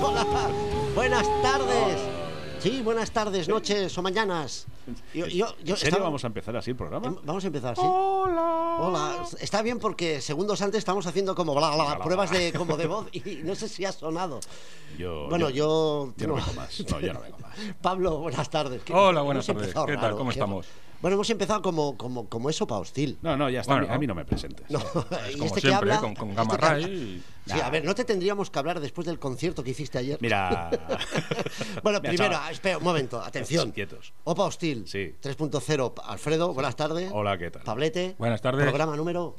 Hola. Buenas tardes. Sí, buenas tardes, noches o mañanas. Yo- yo- yo ¿En serio estaba- vamos a empezar así el programa? Em, Vamos a empezar, sí. Hola. Hola. Está bien porque segundos antes estamos haciendo como bla, bla, bla, Bla, bla, pruebas bla. de como de voz y no sé si ha sonado. Yo, Bueno, yo- Yo no. no vengo más. No, yo no vengo más. Pablo, buenas tardes. ¿Qué- Hola, hemos buenas tardes. empezado ¿Qué tal? raro, ¿Cómo estamos? Bueno, hemos empezado como, como, como eso para hostil. No, no, ya está. Bueno, a mí no me presentes. No, Es y como este que siempre, habla- con, con este Gamma que habla- Ray. Sí, a ver, no te tendríamos que hablar después del concierto que hiciste ayer. Mira. Bueno, Mira, primero, chaval. espera un momento, atención. Quietos. Opa Hostil, Sí. 3.0. Alfredo, buenas tardes. Hola, ¿qué tal? Pablete. Buenas tardes. Programa número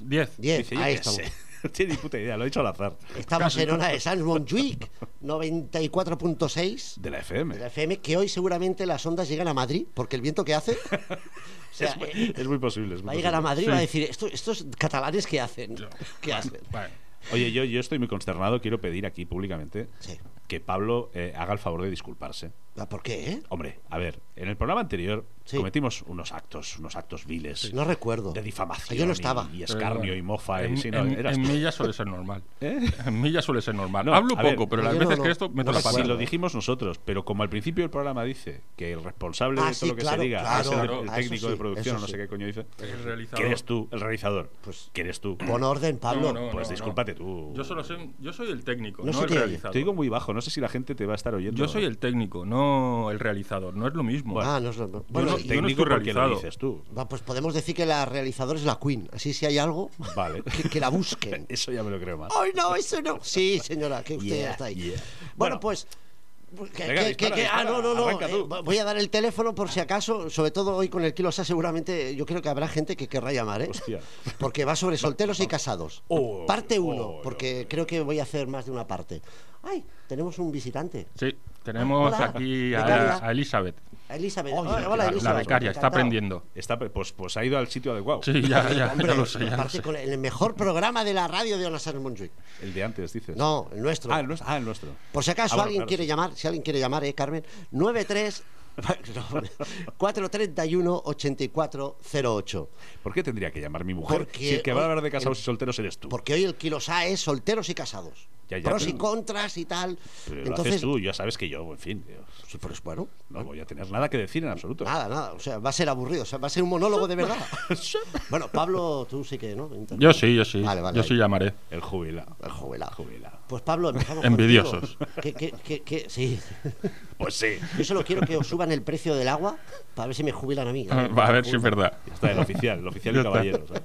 10. 10. Dice, yo Ahí qué estamos. sé. No tiene ni puta idea, lo he hecho al azar. Estamos Casi. en una de Sans Montjuic, 94.6 De la FM. de la FM, que hoy seguramente las ondas llegan a Madrid, porque el viento que hace. O sea, es, muy- eh, es muy posible. es muy va a llegar a posible. Madrid y Sí. va a decir: "Esto- ¿estos catalanes qué hacen? ¿Qué hacen? Vale. Oye, yo, yo estoy muy consternado. Quiero pedir aquí públicamente Sí. que Pablo eh, haga el favor de disculparse. Ah, ¿Por qué? eh? Hombre, a ver, en el programa anterior Sí. cometimos unos actos, unos actos viles. Pues No recuerdo. de difamación Yo no y- estaba. y, escarnio y mofa y En, sí, no, en- eras en tú. millas suele ser normal. ¿Eh? En millas suele ser normal. No, Hablo a poco, ver, pero no, las yo no veces lo- que esto no meto la recuerdo. pata. si lo dijimos nosotros pero como al principio del programa dice que el responsable Ah, de todo sí, lo que claro, se diga claro, es el, claro. el Ah, eso técnico sí, de eso producción o no sé sí. qué coño dice El que realizador. eres tú el realizador Pues- que eres tú Pon orden, Pablo. No, no, pues discúlpate tú Yo solo soy, yo soy el técnico, No no, se el te oye. realizador. te digo muy bajo no sé si la gente te va a estar oyendo yo soy el técnico, no el realizador. No es lo mismo. Ah, no, es lo- bueno, bueno, el yo no y- estoy técnico porque lo realizado. dices tú va, pues podemos decir que la realizadora es la Queen. Así si hay algo, vale que, que la busquen. eso ya me lo creo más ¡Ay, no, eso no! Sí, señora, que usted Yeah, está ahí. yeah. Bueno, Bueno. pues. que- Venga, que- dispara, que- ah, dispara, no, no, no. arranca eh, tú. va- voy a dar el teléfono por si acaso, sobre todo hoy con el kilo SA, seguramente yo creo que habrá gente que querrá llamar, ¿eh? Hostia. Porque va sobre solteros y casados. Oh, parte 1, oh, porque creo que voy a hacer más de una parte. ¡Ay! Tenemos un visitante. Sí, tenemos Hola. aquí ¿Qué a, tal? a Elizabeth, A Elizabeth. Oye, Hola, la- hola, la, Elizabeth. la becaria, está Encantado. aprendiendo. está pues pues ha ido al sitio adecuado Sí, ya, ya, Hombre, ya lo sé. ya lo aparte sé. con el mejor programa de la radio de Ona San Montjuic. el de antes dices No, el nuestro. ah el nuestro ah el nuestro Por si acaso Ah, bueno, alguien claro, quiere sí. llamar, si alguien quiere llamar, eh, Carmen, 93 431 8408. ¿Por qué tendría que llamar mi mujer? Porque si el que va a hoy- hablar de casados y solteros eres tú. Porque hoy el Kilosa es solteros y casados. Ya, ya, pros y pero- contras y tal. Pero lo haces Entonces, tú, ya sabes que yo, en fin, yo Sí, pero es bueno. no voy a tener nada que decir en absoluto. Nada, nada, o sea, va a ser aburrido, o sea, va a ser un monólogo de verdad. bueno, Pablo, tú sí que, ¿no? Ah, Yo sí, yo sí. Vale, vale, yo ahí. sí llamaré. El jubilado. El jubilado. Jubilado. Pues Pablo, empezamos Envidiosos. contigo. ¿Qué, qué, qué, qué? Sí. Pues sí. Yo solo quiero que os suban el precio del agua para ver si me jubilan a mí. A ver si es verdad. Ya está, el oficial, el oficial Ya y está. caballero. ¿sabes?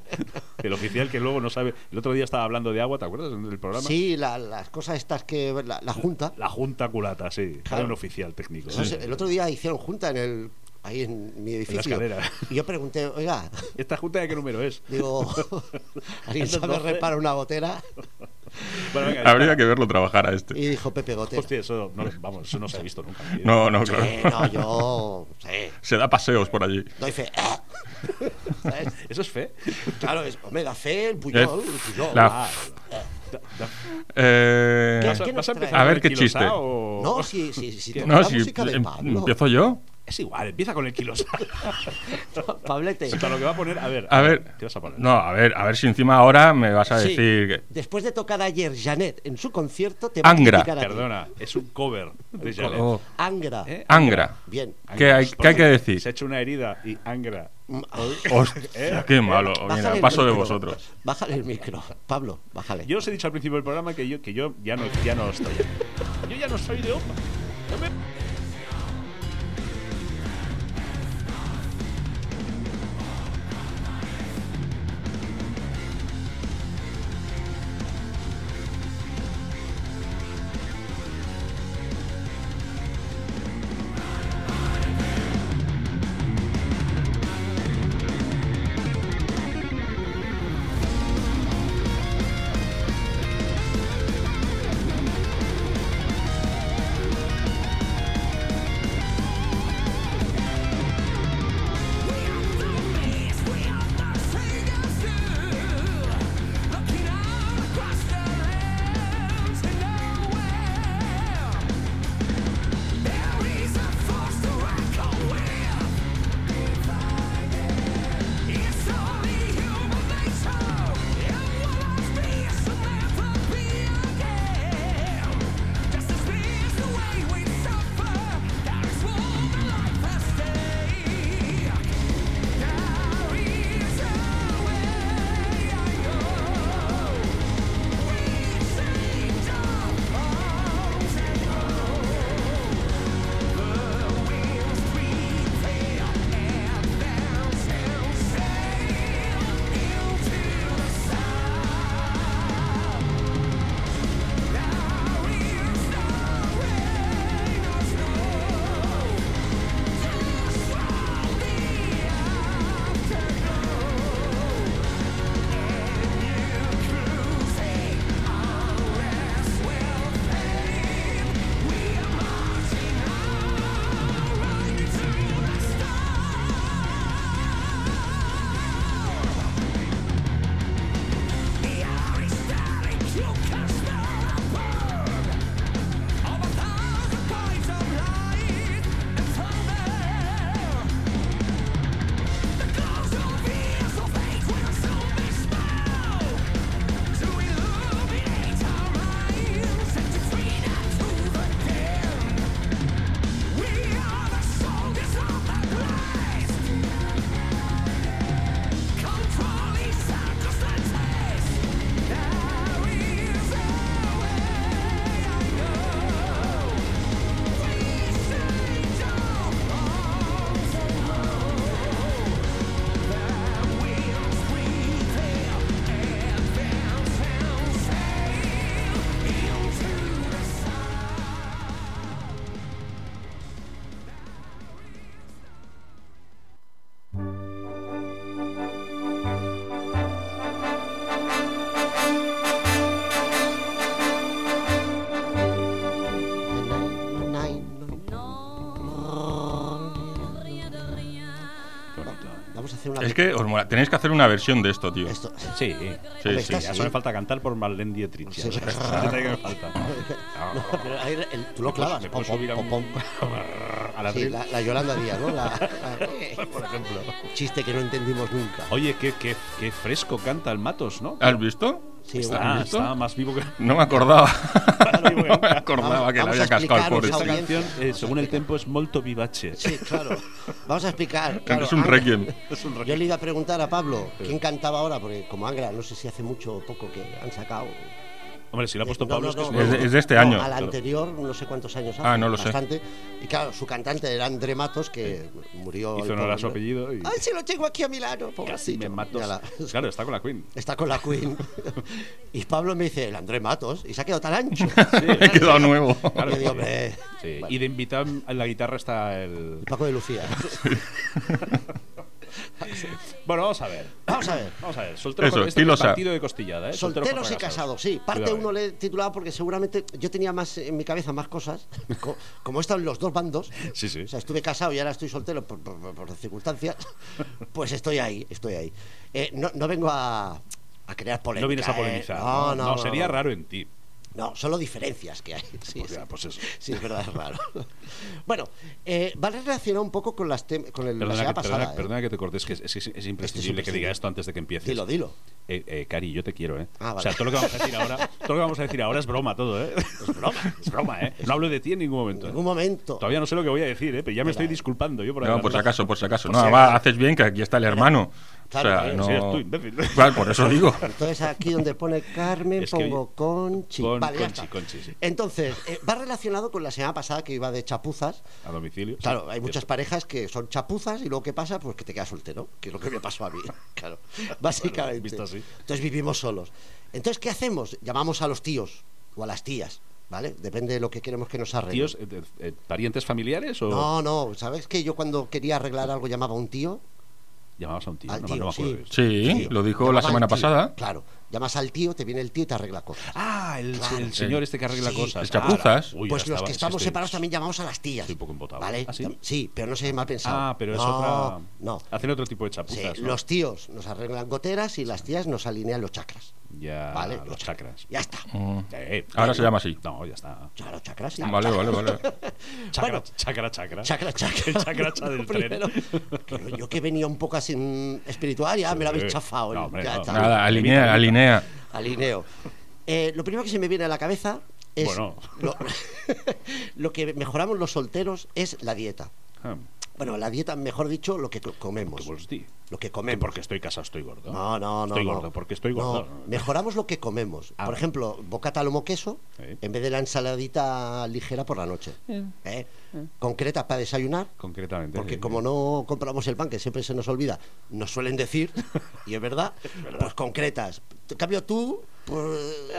El oficial que luego no sabe. El otro día estaba hablando de agua, ¿te acuerdas? En el programa. Sí, la- las cosas estas que la, la junta. La junta culata, sí. Claro. Era un oficial técnico. ¿eh? No Sí. sé, el otro día hicieron junta en el ahí en mi edificio. escalera. y yo pregunté, oiga, ¿Esta junta de qué número es? digo, ¿alguien sabe reparar una gotera? Bueno, venga, Habría que verlo trabajar a este. Y dijo Pepe Gotera. Hostia, eso no, vamos, eso no se ha visto nunca. tío. No, no, Sí, claro. no, yo sí, Se da paseos por allí. doy fe. ¿Sabes? Eso es fe. Claro, es, hombre, da fe, el puñol, el puñol. La- Ah, da- da- Eh, ¿Qué ¿Vas a- nos vas a traes? empezar A ver el qué Quilosá chiste. o- No, si, si, si ¿Qué? toca no, la si música de em- Pablo. empiezo yo. Es igual, empieza con el kilos. Pablete, Hasta lo que va a poner. A ver, A ver. ¿Qué vas a poner? No, a ver, a ver si encima ahora me vas a Sí. decir. que- después de tocar ayer Janet en su concierto, te va a Angra. criticar a ti. Perdona, es un cover de Janet. Oh, Angra. ¿Eh? Angra. Bien. ¿Qué hay, qué hay que decir? Se ha hecho una herida y Angra. Hostia, qué malo. Bájale Mira, Eh, el paso de micro. vosotros. Bájale el micro. Pablo, bájale. Yo os he dicho al principio del programa que yo, que yo ya, no, ya no estoy. Yo ya no soy de OPA. No me- Vamos a hacer una. Es que os mola. Tenéis que hacer una versión de esto, tío. Esto. Sí, Sí, Hombre, sí. sí, ya Estás- solo me falta cantar por Marlene Dietrich. Sí. ya. Ya te digo que me falta. No, pero ahí el- tú lo Pues Me puedo- clavas. me puedo pom, subir a pom, un- pom, A la Sí, rima, la, la Yolanda Díaz, ¿no? La- la- por ejemplo. chiste que no entendimos nunca. Oye, qué, qué, qué fresco canta el Matos, ¿no? ¿Has visto? Sí, ¿Has Está, visto? está más vivo que. No me acordaba. vivo que no me nunca. acordaba Vamos- que le vamos a había cascado el explicaros pobre. a Esta Audiencia. canción, eh, según el tempo, es molto vivace. Sí, claro. Vamos a explicar. claro, Es un Ángel- requiem. Es un Yo rollo. le iba a preguntar a Pablo quién cantaba ahora, porque como Angra, no sé si hace mucho o poco que han sacado. Hombre, si lo ha puesto No, Pablo, no, es que es no, Es nuevo. de- es de este no, año. A la Claro. anterior, no sé cuántos años hace. Ah, no lo sé. bastante. Y claro, su cantante era André Matos, que murió. el Hizo honor a pobre su hombre. apellido y Ay, si lo tengo aquí a Milano, casi me mato. Claro, está con la Queen. Está con la Queen. y Pablo me dice, el André Matos, y se ha quedado tan ancho. He quedado nuevo. Claro Yo que digo, sí. "Hombre". Sí, Bueno, Y de invitado en la guitarra está el. Paco de Lucía. Bueno, vamos a ver. Vamos a ver. Vamos a ver. Soltero Eso, con- este estilosa. partido de costillada, ¿eh? Solteros y contra casados, sí. Parte Cuidado, uno eh. le he titulado porque seguramente yo tenía más en mi cabeza más cosas. Co- Como están los dos bandos. Sí, sí. O sea, estuve casado y ahora estoy soltero por, por- por- por circunstancias. Pues estoy ahí, estoy ahí. Eh, no, no vengo a, a crear polémica. No vienes a ¿eh? polemizar. No, no, no, sería no. raro en ti. No, solo diferencias que hay. Sí, Pues sí. ya, pues eso. Sí, es verdad, es raro. Bueno, eh, va relacionado un poco con, las tem- con el, la Perdona semana que, perdona- pasada. ¿eh? perdona que te cortes, que es, es- es imprescindible que imprescindible. diga esto antes de que empieces. Dilo, dilo. Eh, eh, Cari, yo te quiero, ¿eh? Ah, vale. O sea, todo lo que vamos a decir ahora, todo lo que vamos a decir ahora es broma, todo, ¿eh? Es broma, es broma, ¿eh? No hablo de ti en ningún momento. En ¿eh? algún momento. Todavía no sé lo que voy a decir, ¿eh? Pero ya me estoy disculpando yo por No, por si adelantado. acaso, por si acaso. Por no, si además, acaso. haces bien que aquí está el hermano. Claro, o sea, claro. no... Si eres tú, imbécil. Claro, por eso digo. Entonces aquí donde pone Carmen Es que pongo Conchi. Con- Vale, ya Conchi, está. Conchi, sí. Entonces, eh, va relacionado con la semana pasada que iba de chapuzas. A domicilio. Claro, hay muchas parejas que son chapuzas y luego ¿qué pasa? Pues que te quedas soltero, que es lo que me pasó a mí, claro, básicamente. visto así. Entonces vivimos solos. Entonces, ¿qué hacemos? Llamamos a los tíos o a las tías, ¿vale? Depende de lo que queremos que nos arreglen. ¿Tíos, eh, de- eh, parientes familiares o No, no, ¿sabes que yo cuando quería arreglar algo llamaba a un tío? llamabas a un tío? Al no, tío, no me acuerdo sí. de eso. Sí, Tío. lo dijo Llamaba la al semana tío, pasada. Claro, llamas al tío, te viene el tío y te arregla cosas. Ah, el, Claro. el señor este que arregla Sí. cosas. El chapuzas. Ah, uy, pues ya los estaba, que sí, estamos estoy- separados también llamamos a las tías. estoy un poco embotado. ¿Vale? ¿Ah, sí? Tam- pero no se me ha pensado. Ah, pero es No, otra. Ah, No. Hacen otro tipo de Sí, chapuzas. ¿no? Los tíos nos arreglan goteras y las tías nos alinean los chakras. Ya, Vale, Ah, los chakras. Ya está. Mm. Eh, Ahora eh, se llama así. No, ya está. Claro, chakras. sí. Vale, vale, vale. Chakra, Bueno. chakra, chakra. Chakra, chakra. El chakra, chakra del Lo primero. tren. Claro, yo que venía un poco así mm, espiritual, ya me lo habéis chafado. ¿eh? No, hombre, ya no. está. Nada, alinea, alinea. Alineo. Eh, lo primero que se me viene a la cabeza es. Bueno. Lo, lo que mejoramos los solteros es la dieta. Ah, Bueno, la dieta, mejor dicho, lo que co- comemos. ¿Qué vos di? Lo que Que comemos. porque estoy casado estoy gordo. No, no, no. Estoy no. gordo, porque estoy gordo. No, mejoramos lo que comemos. Ah. Por ejemplo, bocata al lomo queso Sí. en vez de la ensaladita ligera por la noche. ¿Eh? Concreta para desayunar. Concretamente. Porque sí. como no compramos el pan, que siempre se nos olvida, nos suelen decir, y es verdad, pues concretas. En cambio tú, pues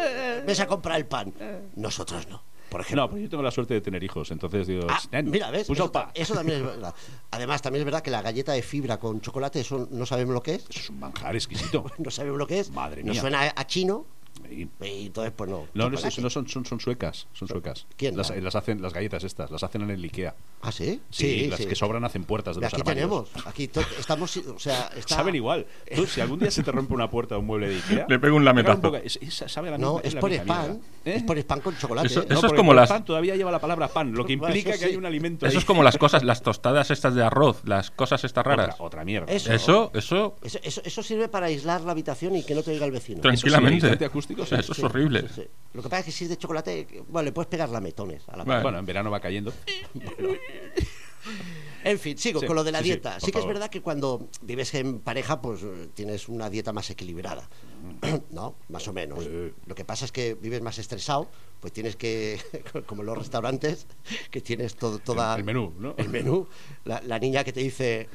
ves a comprar el pan. Nosotros no, por ejemplo. No, pero yo tengo la suerte de tener hijos, entonces digo. Ah, "Nen, mira, ¿ves? puso Eso, el pa". ta- eso también es verdad. Además, también es verdad que la galleta de fibra con chocolate, eso no sabemos lo que es. Eso es un manjar exquisito. No sabemos lo que es. Madre Nos mía. suena a chino. Sí. Y entonces, pues no. No, no, chocolate. es- no son, son, son suecas, son suecas. ¿Quién? Las, eh, las hacen las galletas estas, las hacen en el IKEA. ¿Ah, sí? Sí, las que sobran hacen puertas de Aquí los armarios. tenemos. Aquí to- estamos. O sea, está- Saben igual. Tú, si algún día se te rompe una puerta o un mueble de Ikea, Le pego un pégale lametazo. poco- es- es- sabe a la No, misma- es la por misma spam. mierda. ¿Eh? Es por spam con chocolate. Eso- ¿eh? No, es porque como el las- pan todavía lleva la palabra pan, lo que Bueno, implica eso que hay sí. un alimento. Eso ahí. es como las cosas, las tostadas estas de arroz, las cosas estas Otra- raras. Otra, mierda. Eso. Eso, eso, Eso, eso- eso sirve para aislar la habitación y que no te oiga el vecino. tranquilamente. aislante acústico, sí. Eso es Sí, horrible. sí, sí. Lo que pasa es que si es de chocolate, que- bueno, le puedes pegar lametones a la Vale. Bueno, en verano va cayendo. En fin, sigo Sí, con lo de la sí, sí, dieta. por Sí, que es favor. verdad que cuando vives en pareja, pues eh, tienes una dieta más equilibrada. Mm. ¿No? Más o menos. Lo que pasa es que vives más estresado, pues tienes que, como en los restaurantes, que tienes todo, toda... El- el menú, ¿no? Ah. El menú. La, la niña que te dice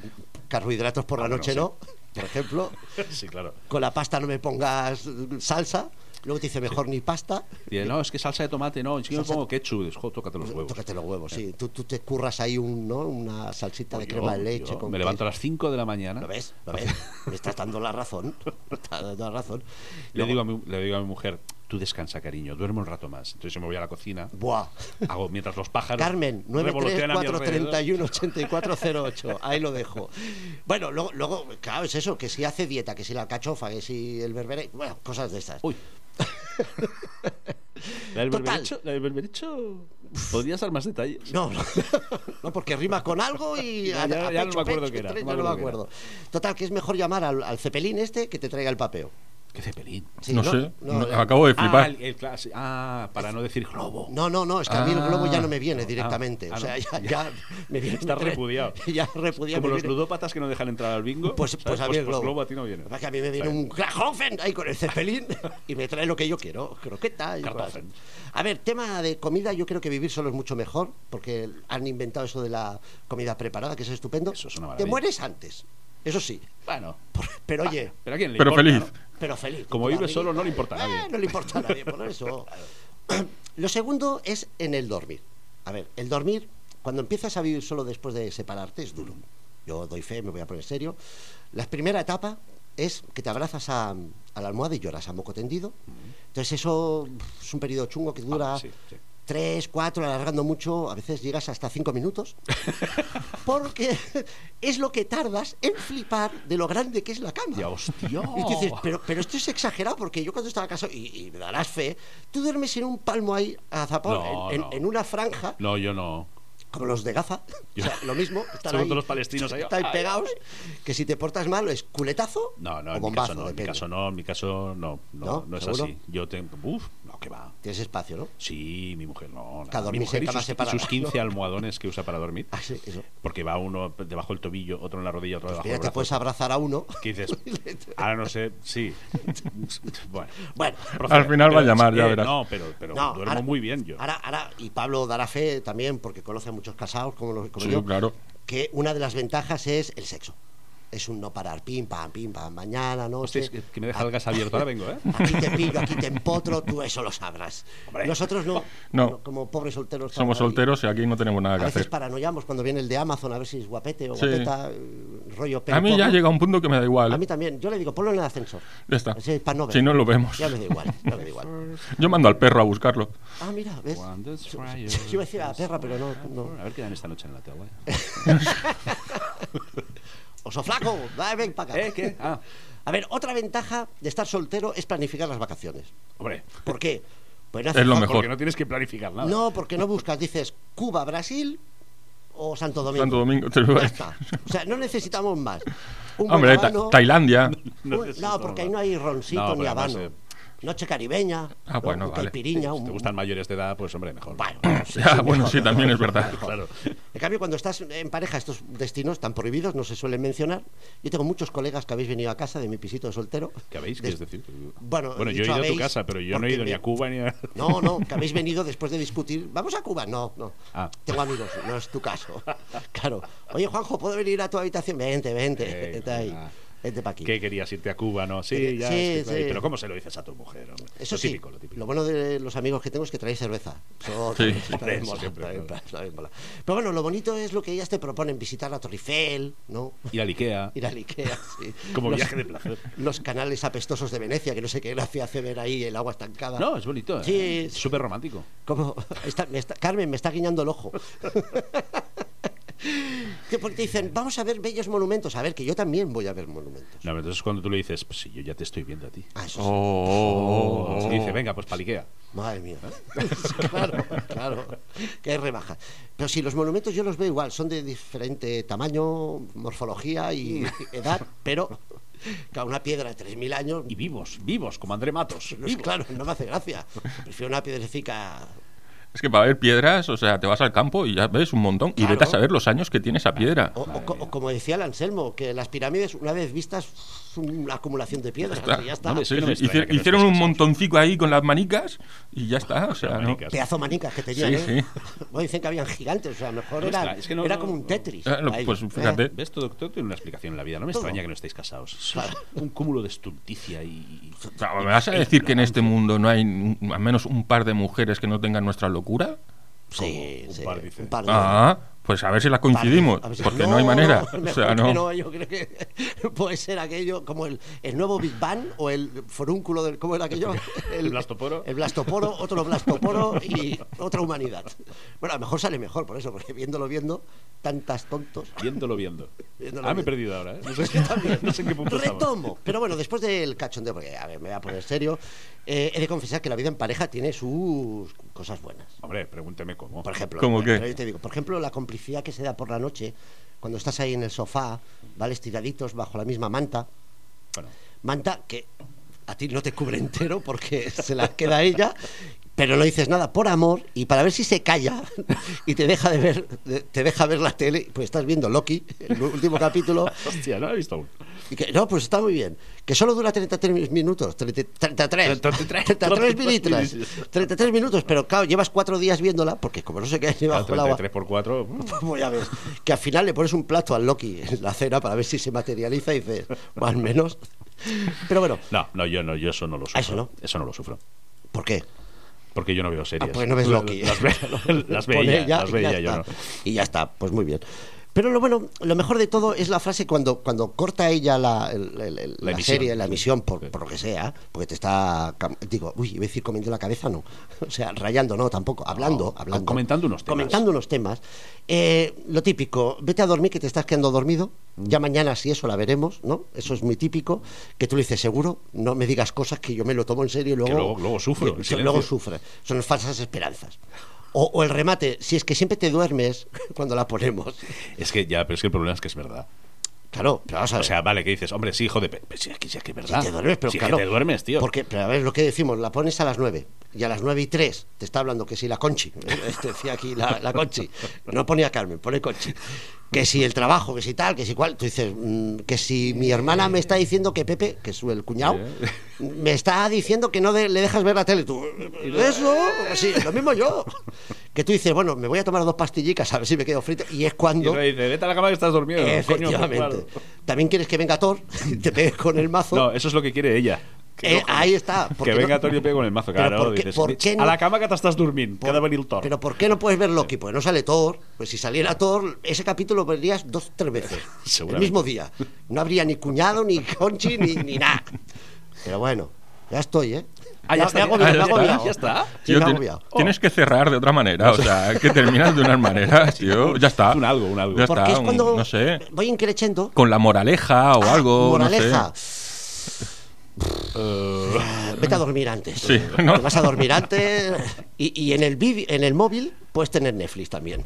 carbohidratos por la Ah, bueno, noche sí. no, por ejemplo. Sí, claro. Con la pasta no me pongas mm, salsa. Luego te dice mejor ni pasta. Dice, no, es que salsa de tomate, no, es que yo me Salsa- pongo ketchup. Dices, "Jo, tócate los huevos. Pues, Tócate los huevos, sí. Tú, tú te curras ahí un, ¿no? una salsita de Yo- crema de leche. yo con me levanto a queso. las 5 de la mañana. ¿Lo ves? ¿Lo ves? Me estás dando la razón. Me estás dando la razón. Le Luego, digo, a mi, le digo a mi mujer, tú descansa, cariño, duerme un rato más. Entonces yo me voy a la cocina, Buah. hago mientras los pájaros. Carmen, revolotean a mi alrededor. 93431-8408. Ahí lo dejo. Bueno, luego, luego, claro, es eso, que si hace dieta, que si la cachofa, que si el berbere, bueno, cosas de estas. Uy. La del Total. berberecho, la del berberecho, podrías dar más detalles. No, no, no, porque rima con algo y Ya- a- ya- a ya no pecho, me acuerdo pecho, qué era, tres, no me ya no me acuerdo acuerdo. Total, que es mejor llamar al, al cepelín este que te traiga el papeo. Qué cepelín. Sí, no, sé. No, me- eh, acabo de Ah, flipar. el, el clase- ah, para no decir globo. no, no, no, es que a mí el globo ya no me viene Ah, directamente. ah, o sea, no. ya, ya me viene. Estás repudiado. Ya repudiado. Como me los viene- ludópatas que no dejan entrar al bingo. Pues, ¿sabes? pues a mí el globo. a ti no viene. Lo que pasa es que a mí me viene un Krajofen ahí con el cepelín y me trae lo que yo quiero, croqueta y cosas Kartoffeln. así. A ver, tema de comida, yo creo que vivir solo es mucho mejor porque han inventado eso de la comida preparada, que es estupendo. Eso es una Te maravilla. Ah. mueres antes, eso sí. Bueno, Pero oye, pero a quién le Pero importa, feliz. ¿no? pero feliz. Como con tu vive barriguita. solo, no le importa a Eh, nadie. no le importa a nadie, por eso. Lo segundo es en el dormir. A ver, el dormir, cuando empiezas a vivir solo después de separarte, es duro. Yo doy fe, me voy a poner serio. La primera etapa es que te abrazas a, a la almohada y lloras a moco tendido. Entonces eso es un periodo chungo que dura Ah, sí, sí. tres, cuatro, alargando mucho, a veces llegas hasta cinco minutos, porque es lo que tardas en flipar de lo grande que es la cama. Ya, hostia. Y tú dices, pero, pero esto es exagerado, porque yo cuando estaba casado, y, y me darás fe, tú duermes en un palmo ahí a zapón, No, en, en- no. en una franja, No, yo no. como los de Gaza, o sea, lo mismo, están Según ahí, todos los palestinos ahí. están ahí Ay, pegados, que si te portas mal es culetazo No, no, o en mi caso bombazo, no, en mi depende. caso no, en mi caso no, no, ¿No? no es ¿Seguro? así. Yo tengo, uff, no, que va. Tienes espacio, ¿no? Sí, mi mujer no. Que a mi dormir mujer se y cama sus, y separada, sus 15 ¿no? almohadones que usa para dormir, Ah, sí, eso. porque va uno debajo del tobillo, otro en la rodilla, otro debajo Pues Mira, del te brazo. puedes abrazar a uno. ¿Qué dices? Ahora no sé, sí. Bueno. Bueno, procede. final va Pero, a llamar, ya eh, verás. No, pero, pero No, duermo ahora- muy bien yo. Ahora, ahora, y Pablo dará fe también, porque conoce a muchos casados como, los, como Sí, yo, claro. que una de las ventajas es el sexo. Es un no parar, pim, pam, pim, pam, mañana, no Hostia, sé. es que, que me deja el gas abierto, ahora vengo, ¿eh? Aquí te pillo, aquí te empotro, tú eso lo sabrás. Hombre. Nosotros no, No. como pobres solteros. Somos estamos ahí. solteros y aquí no tenemos nada A que veces hacer. paranoiamos cuando viene el de Amazon a ver si es guapete o Sí. guapeta, eh, rollo pero A mí ya porno. llega un punto que me da igual. A mí también, yo le digo, ponlo en el ascensor. Ya está. Así es para no ver. Si no lo vemos. Ya me da igual, ya me da igual. Yo mando al perro a buscarlo. Ah, mira, ¿ves? Cuando es Yo Friday. iba a decir a la perra, pero no. no. A ver qué dan esta noche en la tele. Oso flaco, dale, ven para acá. ¿Eh? ¿Qué? Ah, A ver, otra ventaja de estar soltero es planificar las vacaciones. hombre. ¿Por qué? Pues no Es lo falta- mejor. Porque no tienes que planificar nada. No, porque no buscas, dices Cuba, Brasil o Santo Domingo. Santo Domingo, te lo iba a Ya decir. está. O sea, no necesitamos más. Un Hombre, buen Ta- habano, Tailandia. un- no, necesitamos porque más. ahí no hay roncito No, ni pero además, habano. eh, Noche caribeña, Ah, ¿no? bueno, un vale. caipirinha, Si un- te gustan mayores de edad, pues hombre, mejor. Bueno, sí, Ya, sí, bueno, mejor, sí, mejor, también es mejor, verdad. mejor. Claro. En cambio, cuando estás en pareja, estos destinos tan prohibidos no se suelen mencionar. Yo tengo muchos colegas que habéis venido a casa de mi pisito de soltero. ¿Qué habéis? Des- ¿Quieres decir? Bueno, he yo he dicho ido a tu habéis casa, pero yo no he porque ido ni me- a Cuba ni a. No, no, que habéis venido después de discutir. ¿Vamos a Cuba? No, no. Ah. Tengo amigos, no es tu caso. Claro. Oye, Juanjo, ¿puedo venir a tu habitación? Vente, vente. Eh, vente ahí. ah. Vente para aquí. ¿Qué querías irte a Cuba? No, sí, Eh, ya. sí, es que- sí. Pero ¿cómo se lo dices a tu mujer? hombre? Eso lo sí, típico, lo típico. lo bueno de los amigos que tengo es que traéis cerveza. Eso Sí, también- sí. también Eso mola, siempre, también- claro. también mola. Pero bueno, lo bonito es lo que ellas te proponen, visitar la Torre Eiffel, ¿no? Ir al Ikea. Ir al Ikea, sí. Como Los- viaje de placer. Los canales apestosos de Venecia, que no sé qué gracia hace ver ahí el agua estancada. No, es bonito. ¿eh? Sí, sí. Súper romántico. ¿Cómo? Está- me está- Carmen, me está guiñando el ojo. Que porque dicen, vamos a ver bellos monumentos. A ver, que yo también voy a ver monumentos. No, pero entonces cuando tú le dices, pues si yo ya te estoy viendo a ti. Ah, eso Oh, sí. oh, oh, oh. Y dice, venga, pues paliquea. Madre mía. ¿Eh? claro, claro. Que hay rebaja. Pero si los monumentos yo los veo igual, son de diferente tamaño, morfología y edad, pero claro, una piedra de 3.000 años, Y vivos, vivos, como André Matos. no es- vivos. claro, no me hace gracia. Prefiero una piedrecica. Es que para ver piedras, o sea, te vas al campo y ya ves un montón. Y Claro. vete a saber los años que tiene esa piedra. O, o Madre co- mía. o como decía el Anselmo, que las pirámides, una vez vistas, es una acumulación de piedras. Está. y ya está. No me Sí, Sí, me sí, extraña hici- que no hicieron estés un casado. montoncico ahí con las manicas y ya está. O sea, Las no. manicas. Pedazo de manicas que tenían, Sí, ¿eh? sí. Bueno, dicen que habían gigantes, o sea, a lo mejor No me era, extraña, es que no- era no- como un Tetris. Eh, lo- ahí, pues ¿eh? fíjate. ¿Ves? Todo, todo tiene una explicación en la vida. No me Todo. extraña que no estéis casados. Sois Claro. un cúmulo de estulticia y... O sea, este ¿Me vas a decir que en este mundo no hay un- al menos un par de mujeres que no tengan nuestra locura? Sí, ¿Cómo? Un sí, par, dice. un par de Ah, pues a ver si las coincidimos, Vale, a ver si- porque no, hay manera. o mejor sea, que no. yo creo que puede ser aquello como el, el nuevo Big Bang o el forúnculo del. ¿Cómo era aquello? El blastoporo. El blastoporo, otro blastoporo y otra humanidad. Bueno, a lo mejor sale mejor por eso, porque viéndolo viendo, tantas tontos. Viéndolo viendo. Viéndolo ah, me he viendo. perdido ahora, ¿eh? No sé, no sé en qué punto estaba. Retomo. Pero bueno, después del cachondeo, porque a ver, me voy a poner serio, eh, he de confesar que la vida en pareja tiene sus cosas buenas. Hombre, pregúnteme cómo. Por ejemplo, ¿Cómo qué? pero yo te digo, por ejemplo, la complicidad que se da por la noche, cuando estás ahí en el sofá, ¿vale? Estiraditos bajo la misma manta. Bueno, Manta que a ti no te cubre entero porque se la queda a ella, pero no dices nada por amor y para ver si se calla y te deja de ver, de- te deja ver la tele, pues estás viendo Loki, el último capítulo, hostia, no lo he visto aún. y que, no, pues está muy bien. Que solo dura 33 minutos. 30, 33. 33, 33 minutos. minutos. 33 minutos, pero claro, llevas cuatro días viéndola, porque como no se queda ni Claro, bajo el agua. 33 por mm. 4. Pues ya ves, que al final le pones un plato al Loki en la cena para ver si se materializa y dices, más o menos. Pero bueno, No, no, yo no, yo eso no lo sufro. Ah, eso no. Eso no lo sufro. ¿por qué? Porque yo no veo series. Ah, pues no ves La- Loki. Las, ve- las Pone veía, ella las y veía ya yo no. está. Y ya está, pues muy bien. Pero lo bueno, lo mejor de todo es la frase cuando, cuando corta ella la, el- el- el- La la emisión. serie, la emisión, por, Sí. por lo que sea, porque te está. cam- Digo, uy, iba a decir comiendo la cabeza, no. O sea, rayando, no, tampoco. Hablando, No, hablando. comentando unos temas. Comentando unos temas. Eh, lo típico, vete a dormir que te estás quedando dormido. Ya mañana, si eso la veremos, ¿no? Eso es muy típico. Que tú le dices, seguro, no me digas cosas que yo me lo tomo en serio y luego. luego- luego sufro, y- en y- silencio. luego sufre. Son falsas esperanzas. O, o el remate, si es que siempre te duermes cuando la ponemos. Es que ya, pero es que el problema es que es verdad. Claro, pero vamos a ver. O sea, vale, que dices, hombre, sí, hijo de. pe- pe- Si es que, si es que es si verdad. te duermes, pero Si es que claro. te duermes, tío. Porque, pero a ver, lo que decimos, la pones a las 9 y a las 9 y 3 te está hablando que si la Conchi, eh, te decía aquí la, la Conchi, no ponía Carmen, pone Conchi. Que si el trabajo, que si tal, que si cual, tú dices, mm, que si mi hermana me está diciendo que Pepe, que es el cuñado, me está diciendo que no de- le dejas ver la tele, tú, eso, sí, lo mismo yo. Que tú dices, bueno, me voy a tomar dos pastillicas a ver si me quedo frito, y es Y cuando. luego dice, vete a la cama que estás dormido. coño, pues Efectivamente. claro. También quieres que venga Thor, y te pegues con el mazo. No, eso es lo que quiere ella. Eh, ahí está. Que porque no- venga Thor y le pegue con el mazo. Pero Claro, ¿por qué- dices, por qué no- A la cama que te estás durmiendo. por- Queda venir el Thor. Pero ¿por qué no puedes ver Loki? Pues no sale Thor. Pues si saliera Thor, ese capítulo lo verías dos, tres veces. el Seguramente. mismo día. No habría ni cuñado, ni conchi, ni, ni nada. Pero bueno, ya estoy, ¿eh? Ah, ya está, me ya- hago bien, ah, me ya hago está, bien. ya está. Sí, Tío, me hago tien- bien. tienes Oh. que cerrar de otra manera, o sea, que terminas de unas maneras, tío. Ya está. Un algo, un algo. Ya Porque está, es un- cuando no sé. voy increchendo. Con la moraleja o algo. no sé. Moraleja. Eh, Vete a dormir antes. Sí, ¿no? Te vas a dormir antes. Y, y en, el vídeo- en el móvil puedes tener Netflix también.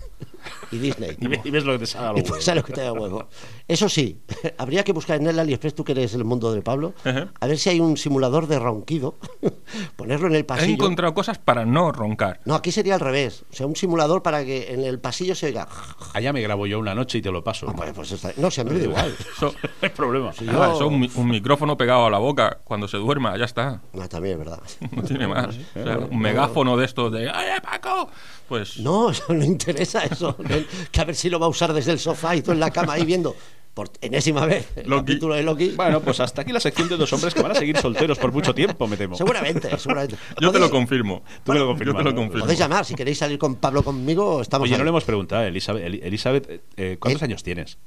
Y Disney. y ve- y ves lo que te sale a los Y pues huevos. sale lo que te da huevo. Eso sí, habría que buscar en el AliExpress, tú que eres el mundo de Pablo, Ajá. a ver si hay un simulador de ronquido, ponerlo en el He pasillo. encontrado cosas para no roncar. No, aquí sería al revés. O sea, un simulador para que en el pasillo se oiga. Allá me grabo yo una noche y te lo paso. Pues, pues está- No, se me da igual. Eso- No hay problema. Ah, eso, un, mi- un micrófono pegado a la boca cuando se duerma, ya está. No, también es verdad. No tiene más. O sea, un megáfono de estos de ¡Oye, Paco! Pues No, eso no interesa eso. Que a ver si lo va a usar desde el sofá y tú en la cama ahí viendo por enésima vez el Loki. capítulo de Loki. Bueno, pues hasta aquí la sección de dos hombres que van a seguir solteros por mucho tiempo, me temo. Seguramente, seguramente. yo te Podéis- lo confirmo. Tú me lo Yo te confirmas, lo ¿no? confirmo. Podéis llamar, si queréis salir con Pablo conmigo, estamos Oye, ahí. no le hemos preguntado, Elizabeth. Eli- Elizabeth, eh, eh, ¿cuántos ¿Eh? años tienes?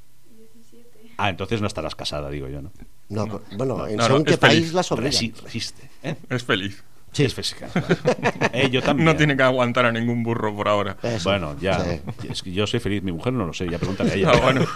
Ah, entonces no estarás casada, digo yo, ¿no? No, co- bueno, en no, según es qué feliz. país las obligan. Resi- resiste. ¿eh? Es feliz. Sí. Es física. Eh, yo también. No tiene que aguantar a ningún burro por ahora. Eso. Bueno, ya. Sí. Es que yo soy feliz. Mi mujer no lo sé. Ya pregúntale a ella. Eh, Ah, bueno.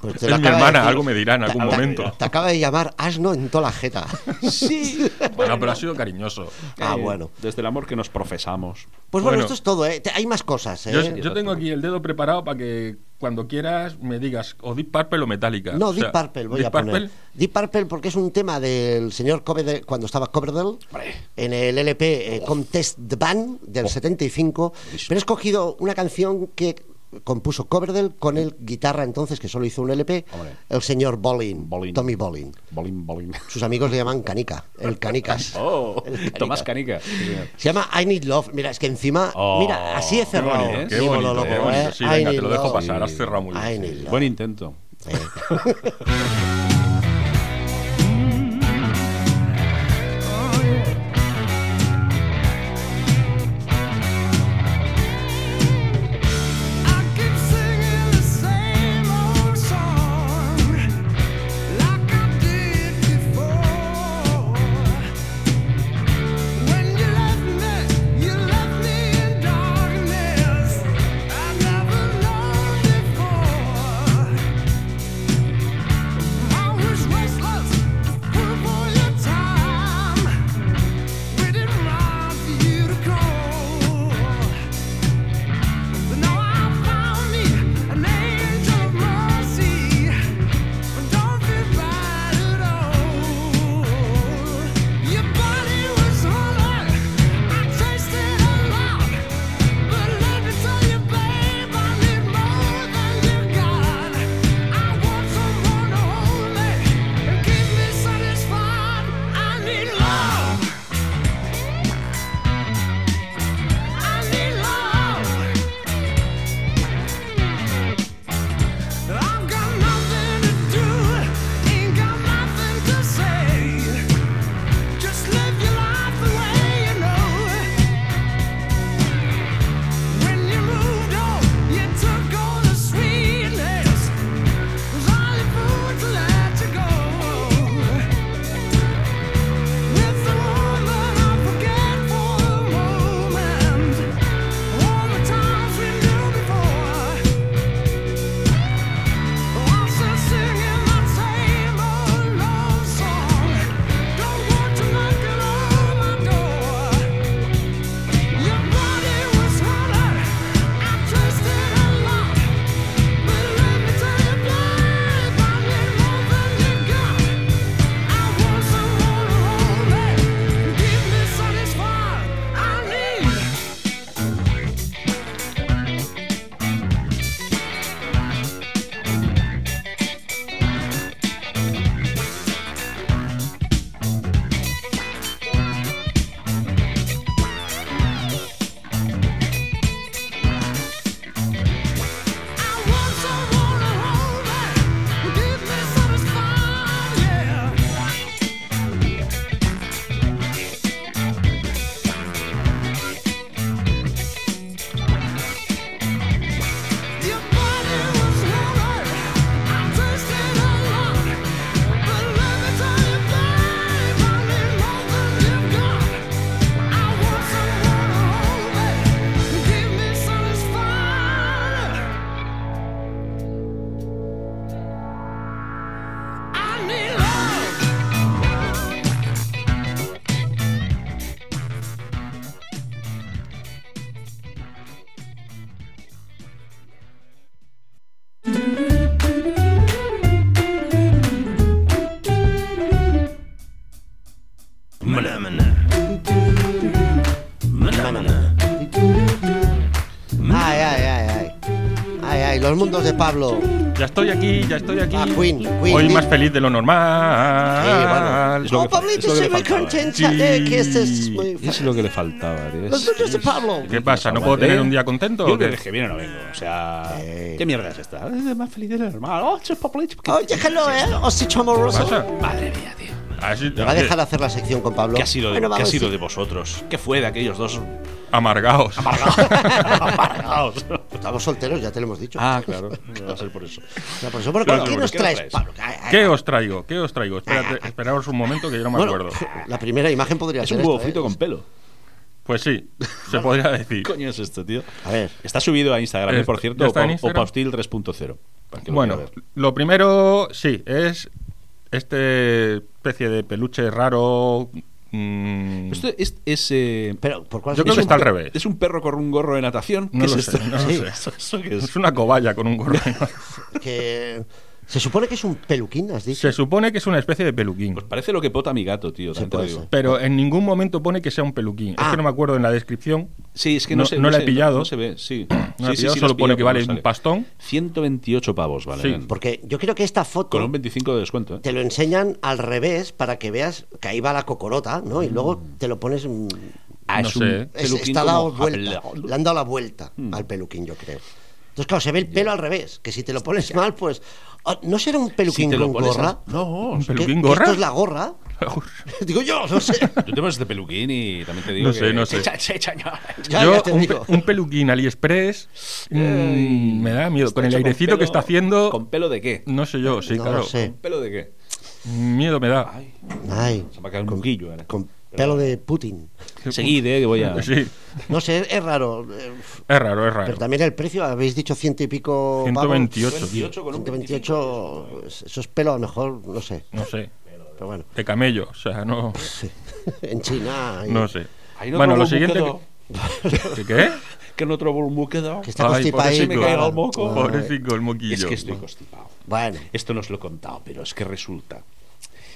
Pues te Es lo acaba mi de hermana, decir. algo me dirá en algún acaba de- momento. Te acaba de llamar asno en toda la jeta. Sí. Bueno, pero ha sido cariñoso. Ah, Eh, bueno. Desde el amor que nos profesamos. Pues bueno, Bueno. esto es todo, ¿eh? Te- Hay más cosas, ¿eh? Yo, yo tengo aquí el dedo preparado para que cuando quieras me digas o Deep Purple o Metallica. No, O sea, Deep Purple voy Deep a Purple, poner. Deep Purple porque es un tema del señor Coverdale, cuando estaba Coverdale, Hombre. en el LP eh, Contest the Band del 75, pero he escogido una canción que compuso Coverdale con el guitarra entonces, que solo hizo un LP, Hombre. el señor Bolin, Bolin. Tommy Bolin. Bolín, bolín. Sus amigos le llaman Canica, el Canicas. Oh, El Canica. Tomás Canica. Sí, señor. Se llama I Need Love. Mira, es que encima. Oh, mira, así he qué cerrado. bonito, Qué mi bonito, monólogo, qué bonito. Oh, ¿eh? Sí, I venga, te Need lo dejo Love. pasar. Has cerrado muy I bien. Need Love. Buen intento. Eh. I mundos de Pablo. Ya estoy aquí, ya estoy aquí. Ah, Queen, Queen, Hoy Queen. más feliz de lo normal. Sí, bueno. Es lo Oh, que fa- es lo Pablito, que se le me faltaba. contenta de Eh, que estés Sí. muy Es lo que le faltaba, tío. Los Es- mundos de Pablo. ¿Qué pasa? ¿No puedo tener un día contento? Yo o qué? el que viene no vengo. O sea, Sí. ¿qué mierda es esta? Es más feliz de lo normal. Oh, che, Pablo, che, ¿qué- Oh, déjalo, ¿eh? Os he hecho ¿Qué amoroso. pasa? Madre mía, tío. Así- ¿Me va a dejar hacer la sección con Pablo? ¿Qué ha sido de, Bueno, qué ha vamos, sido sí. de vosotros? ¿Qué fue de aquellos dos Amargaos. amargados? Estamos solteros, ya te lo hemos dicho. ah, claro. Va a ser por eso. O sea, por eso, bueno, Claro, ¿qué bueno, nos ¿qué nos traes, traes? Pablo? Ay, ay, ¿Qué ay. os traigo? ¿Qué os traigo? Espérate, esperaos un momento que yo no me Bueno, acuerdo. la primera imagen podría Es ser un huevo esto, ¿eh? frito con pelo. Pues sí, se podría decir. ¿Qué coño es esto, tío? A ver. Está subido a Instagram, ¿eh? Está- por cierto, ya está en Opa- Instagram. Opa Hostil 3.0. para que lo Bueno, quiera ver. lo primero, sí, es este especie de peluche raro. mm, Esto es, es, eh, Pero, ¿por cuál Yo creo es que un- está al pe- revés. ¿Es un perro con un gorro de natación? No ¿Qué lo es sé, esto? no lo Sí. sé. ¿Eso, eso qué Es es? una cobaya con un gorro. que- Se supone que es un peluquín, has dicho. Se supone que es una especie de peluquín, Pues parece lo que pota mi gato, tío. Sí, también te lo puede digo. ser. pero en ningún momento pone que sea un peluquín. Es Ah. que no me acuerdo en la descripción. Sí, es que no, No- sé. no la he sé, pillado. No, se ve, sí. sí, No la he sí, pillado, sí, la solo has pone que pillado, vale pero no un sale. pastón. 128 pavos, vale. Sí. nen. Porque yo creo que esta foto Con un 25 de descuento, ¿eh? te lo enseñan al revés para que veas que ahí va la cocorota, ¿no? Y luego te lo pones... mm, no es sé. un Es- es- peluquín está dado como Hmm. vuelta. apelado. Le han dado la vuelta al peluquín, yo creo. Entonces, claro, se ve el pelo al revés. Que si te lo pones mal, pues... ah, ¿No será un Si peluquín te lo con pones gorra? a- No, Un ¿Que- peluquín que gorra. Esto es la gorra. Digo yo, no sé. Yo tengo este peluquín y también te digo No que... sé, no sé. Echa- echa- echa- echa- Ya, Yo, ya te un, digo. un peluquín AliExpress, mm, me da miedo. Con el Está hecho airecito pelo- que está haciendo, ¿Con pelo de qué? no sé yo, sí, no claro. lo sé. ¿Con pelo de qué? Miedo me da. Ay, Ay, se me ha caído un guillo ahora. con pelo de Putin. Seguid, eh, que voy a... Sí, No sé, es raro. eh, f- es raro, es Pero raro. también el precio, habéis dicho ciento y pico. pavos. 128, tío. 28 con un 128, eso es pelo a lo mejor, no sé. No sé, Pero bueno, de camello, o sea, no, en China. y- no sé. Ahí no bueno, robo lo un siguiente... bocado. que- ¿Qué? qué? Que no trobo un moquedao. Que está Ay, constipado. pobrecito, ahí, se me caiga el claro. moco. Ay, Pobrecito el moquillo. Es que estoy constipado. Bueno, Esto no os lo he contado, pero es que resulta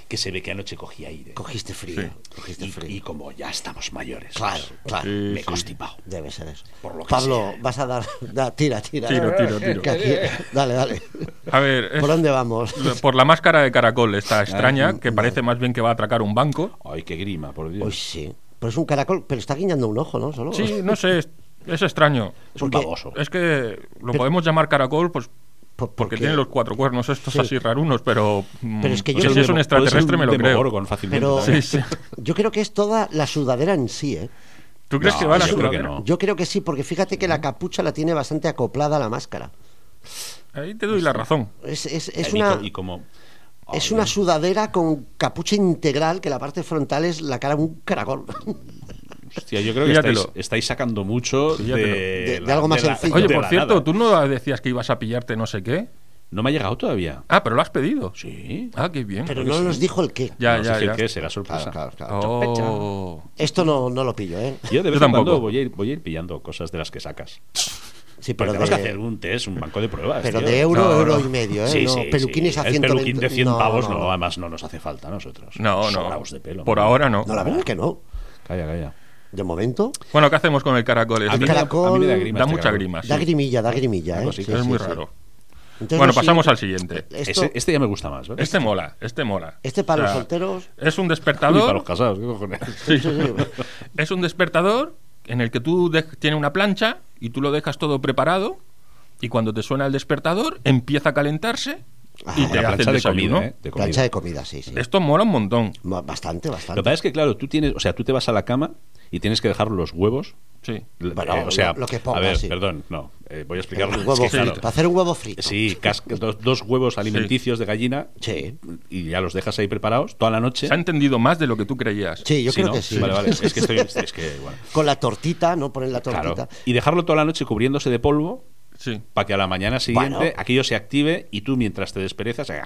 que se ve que anoche cogí aire. cogiste frío. Cogiste y, y frío. como ya estamos mayores, pues, Claro, claro. Sí, me he sí. constipado. Debe ser eso. Por lo que ¿eh? Pablo, vas a dar. da, tira, tira. Tiro, tiro, tiro. Que aquí- dale, dale. A ver, es ¿Por dónde vamos? por la máscara de caracol esta extraña, que parece más bien que va a atracar un banco. Ay, qué grima, por Dios. Uy, sí. Pero es un caracol, pero está guiñando un ojo, ¿no? Solo. Sí, no sé, es, es extraño. es un porque- baboso. Pues Es que lo podemos llamar caracol, pues Por- Porque tiene los cuatro cuernos estos Sí. así rarunos, pero. mm, Pero es que yo si creo- es un Puede extraterrestre, ser me lo un creo. demogorgon fácilmente. Pero también. ¿eh? Sí, sí. yo creo que es toda la sudadera en sí, ¿eh? ¿Tú crees No, que va a la yo creo que sudadera? no. Yo creo que sí, porque fíjate que la capucha la tiene bastante acoplada a la máscara. Ahí te doy la razón. Es, es- es Y co- una, y como Ay, es una sudadera con capucha integral que la parte frontal es la cara de un caracol. hostia, yo creo que Fíjatelo. estáis, estáis sacando mucho de, Fíjatelo. De- de algo más sencillo. Oye, de por la cierto, nada. tú no decías que ibas a pillarte no sé qué. no me ha llegado todavía. Ah, pero lo has pedido. Sí. Ah, qué bien. Pero no nos dijo el qué. Ya, No sé ya, qué- ya. qué será sorpresa. Oh. Esto no, no lo pillo, ¿eh? Yo de Yo vez en cuando tampoco. voy a, ir, voy a ir pillando cosas de las que sacas. Sí, Pero pero tenemos que hacer de, un test, un banco de pruebas. pero tío. de euro, No, euro no. y medio, ¿eh? Sí, no, sí, peluquines sí. a El 120. peluquín de 100 No, pavos no, no, no. además no nos hace falta a nosotros. No, no. Sobraos de pelo. Por hombre. ahora no. No, la verdad es que no. Calla, calla. De momento, Bueno, ¿qué hacemos con el caracol? Es- A mí, me da- caracol a mí me da da grima. este mucha cabrón. grima. sí. da grimilla, da grimilla, ¿eh? Algo así, Sí, es sí, muy sí. raro. Entonces, Bueno, lo pasamos al siguiente- siguiente. Esto, Ese- este ya me gusta más. ¿ves? Este mola, este mola. Este para los O sea, solteros. Es un Ni para los despertador. casados, ¿qué cojones? Sí. es un despertador en el que tú dej- tiene una plancha y tú lo dejas todo preparado y cuando te suena el despertador empieza a calentarse y Ah, La te hace el plancha de desayuno. comida, ¿eh? De comida. Plancha de comida, sí, sí. Esto mola un montón. Ma- Bastante, Lo bastante. que pasa es que, claro, tú tienes, o sea, tú te vas a la cama y tienes que dejar los huevos. Sí. l- Bueno, eh, o sea, lo- lo que pongas, a ver, sí. perdón, no, eh, voy a explicarlo. Un Es huevo que, frito, claro, Para hacer un huevo frito. sí, cas- dos, dos huevos alimenticios de gallina Sí. y ya los dejas ahí preparados toda la noche. Se ha entendido más de lo que tú creías. Sí, yo Sí, creo ¿no? que sí. Vale, vale, es que estoy, es que, bueno, Con la tortita, ¿no? Ponen la claro. tortita. Y dejarlo toda la noche cubriéndose de polvo Sí. para que a la mañana siguiente Bueno. aquello se active y tú mientras te desperezas ah,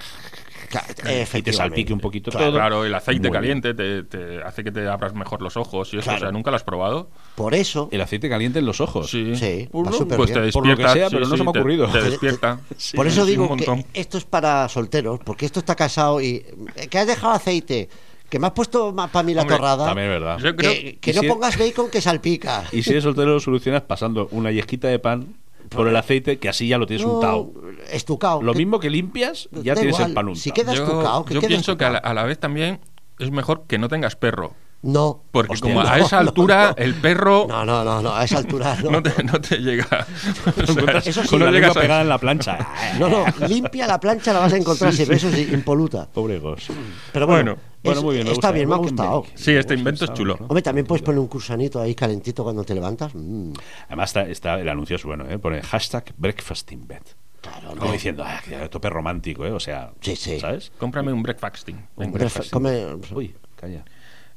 Ca- y te efectivamente. salpique un poquito todo. Claro, el aceite Muy bien. caliente te, te hace que te abras mejor los ojos y eso. Claro. O sea, ¿nunca lo has probado? Por eso, El aceite caliente en los ojos. Sí. Sí, va Uno, súper pues te bien. Por lo que sea, despierta. pero no se me ha te- ocurrido. Te, despierta. eh, por eso sí, digo un montón. que esto es para solteros, porque esto está casado y eh, que has dejado aceite, que me has puesto para mí la Hombre, torrada. También es verdad. Yo creo Que, que y no si- pongas bacon que salpica. Y si eres soltero lo solucionas pasando una yesquita de pan por el aceite, que así ya lo tienes untado. Estucao. Lo que- mismo que limpias, ya da tienes igual, el pan untado. si queda- Yo, estucao, que yo quede pienso que a la, estucao. a la vez también es mejor que no tengas perro. No. Porque Hostia, como no, a esa no, altura no. el perro no, No, no, no, no, a esa altura no. te, no te llega. O sea, Encuentras Eso sí, con no la lengua llegas a- pegada en la plancha. No, no, limpia la plancha la vas a encontrar Sí, siempre, sí. eso sí, impoluta. Pobre Gos. Pero bueno, Bueno, es- Bueno, muy bien. está gusta. bien, me ha Muy gustado. Sí, este invento es chulo. Hombre, también puedes poner un cursanito ahí calentito cuando te levantas. Mm, Además, está, está- el anuncio es bueno, ¿eh? Pone hashtag breakfast in bed. claro, Como hombre. diciendo, ah, que tope romántico, ¿eh? O sea, Sí, sí. ¿sabes? Cómprame un breakfasting. Venga. Breakfast. Breakfast in come- bed. Uy, calla.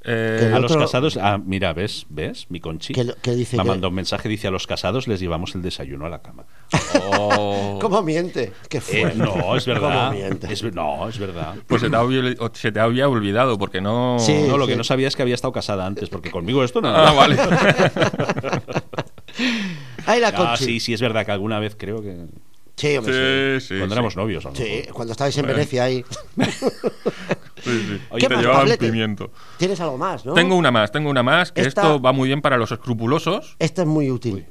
Eh, Que a los otro- casados, ah, mira, ¿ves? ¿Ves? Mi conchi. ¿Qué lo- qué dice Me que- mandó un mensaje, dice, a los casados les llevamos el desayuno a la cama. oh, ¿Cómo miente? Qué Eh, fuerte. no, es ¿Cómo verdad. miente? Es ver- no, es verdad. pues se te, había, o se te había olvidado porque no... Sí. No, lo que no sabía es que había estado casada antes, porque conmigo esto no. Ah, vale. Ahí la Ah, Conchi. sí, sí, es verdad que alguna vez creo que. Sí, hombre, sí, sí. cuando éramos novios, a lo sí. Sí, mejor. cuando estabais en Venecia ahí. Sí, sí. Oye, te más, llevaban Pablete? pimiento. Tienes algo más, ¿no? Tengo una más, tengo una más, que Esta- esto va muy bien para los escrupulosos. Esta Este es muy útil.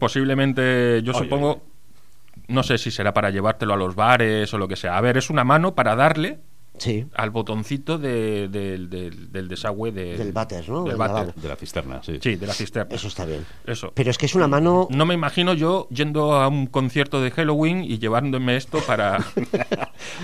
Posiblemente, yo Ay, supongo, ay, no sé si será para llevártelo a los bares o lo que sea. A ver, es una mano para darle Sí. al botoncito de- del- del- del desagüe de- Del váter, ¿no? Del Del váter. lavabo. De la cisterna, sí. Sí, de la cisterna. Eso está bien. Eso. Pero es que es una mano. No me imagino yo yendo a un concierto de Halloween y llevándome esto para...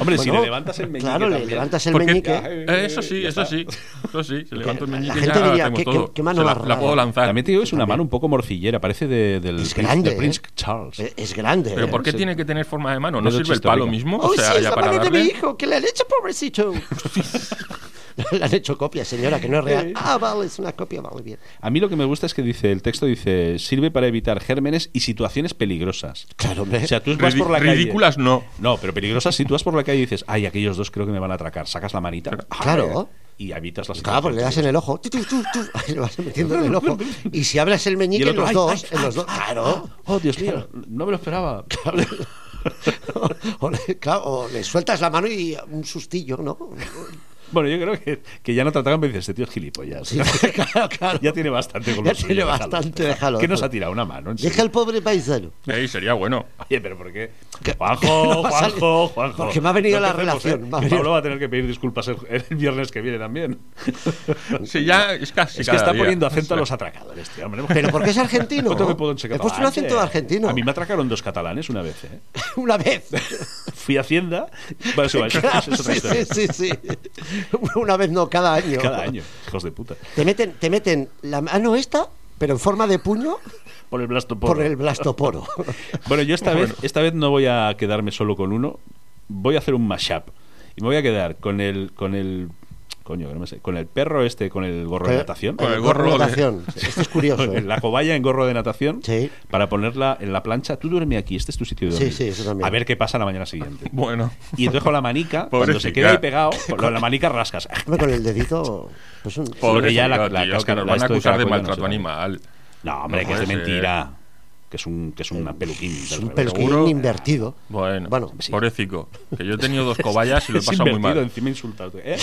Hombre, si Bueno, le levantas el meñique. Claro, le también. levantas el Porque- meñique. Eh, eso sí, Ya eso está. sí. Eso sí, se levanta el la meñique y gente ya diría, hacemos ¿qué- qué- todo. qué mano Se la, más la rara? puedo lanzar. También te digo, es una También. mano un poco morcillera, parece de, del Es príncipe- grande, del Prince ¿eh? Charles. Eh, Es grande. ¿Pero ¿eh? por qué Sí. tiene que tener forma de mano? ¿No Pues sirve hecho el palo histórica. mismo? ¡Uy, o sea, sí, es ya la para mano de darle. mi hijo! ¡Que le han hecho pobrecito! le han hecho copia, señora, que no es real. Ah, vale, es una copia, vale, bien. A mí lo que me gusta es que dice, el texto dice, sirve para evitar gérmenes y situaciones peligrosas. Claro, hombre. O sea, tú vas Ridi- por la calle. ridículas no. No, pero peligrosas si tú vas por la calle y dices, ay, aquellos dos creo que me van a atracar. Sacas la manita. Claro. Y evitas las Claro, pues le das en el ojo. Tu, tu, tu, tu. Ahí le vas metiendo en el ojo. Y si abres el Y meñique el en otro, los ay, dos, ay, en los dos. Claro. Oh, Dios mío, no me lo esperaba. O le, claro, o le sueltas la mano y un sustillo, ¿no? Bueno, yo creo que, que ya no te atacan, pero dices, este tío es gilipollas. Sí, claro, claro. Ya tiene bastante con Ya lo suyo, tiene déjalo. bastante, déjalo. ¿Qué nos ha tirado una mano? en Deja serio? al pobre paisano. Ey, sería bueno. Oye, pero ¿por qué? Que- Juanjo, no va a salir. Juanjo, Juanjo. Porque me ha venido la empecemos, relación, ¿eh? me ha Que venido- Pablo va a tener que pedir disculpas el, el viernes que viene también. Sí, ya es casi es que está cada día. poniendo acento a Sí. los atracadores, tío. Hombre. Pero porque es argentino. ¿Cuánto me puedo enseñar? He puesto un acento de argentino. A mí me atracaron dos catalanes una vez, ¿eh? Una vez. Fui a Hacienda. Bueno, eso, eso- Claro, eso es otra sí, historia. sí, sí. Una vez no, cada año. Cada año, hijos de puta. Te meten, te meten la mano esta, pero en forma de puño, Por el blastoporo. por el blastoporo. Bueno, yo esta vez, esta vez no voy a quedarme solo con uno. Voy a hacer un mashup. Y me voy a quedar con el. con el. Coño, que no me sé. Con el perro este, con el gorro de natación. Eh, Con el gorro gorro de- de natación. Esto es curioso. ¿eh? La cobaya en gorro de natación Sí. para ponerla en la plancha. Tú duerme aquí, este es tu sitio de Sí, dormir. sí, eso también. A ver qué pasa la mañana siguiente. Bueno. Y entonces con la manica, cuando se Pobrecita. queda ahí pegado, con la manica rascas. Hombre, Con el dedito. Pues un, Pobre ya ya la- la, la que cáscara, nos la van a esto de acusar caracolla de no maltrato se vale. animal. No, hombre, No que es de puede ser. mentira. Que es un, que es un peluquín. del es un revés. peluquín Seguro. invertido. Bueno, Bueno, sí. pobrecico. Que yo he tenido dos cobayas y lo he Es pasado muy invertido, mal. encima insultado. ¿eh?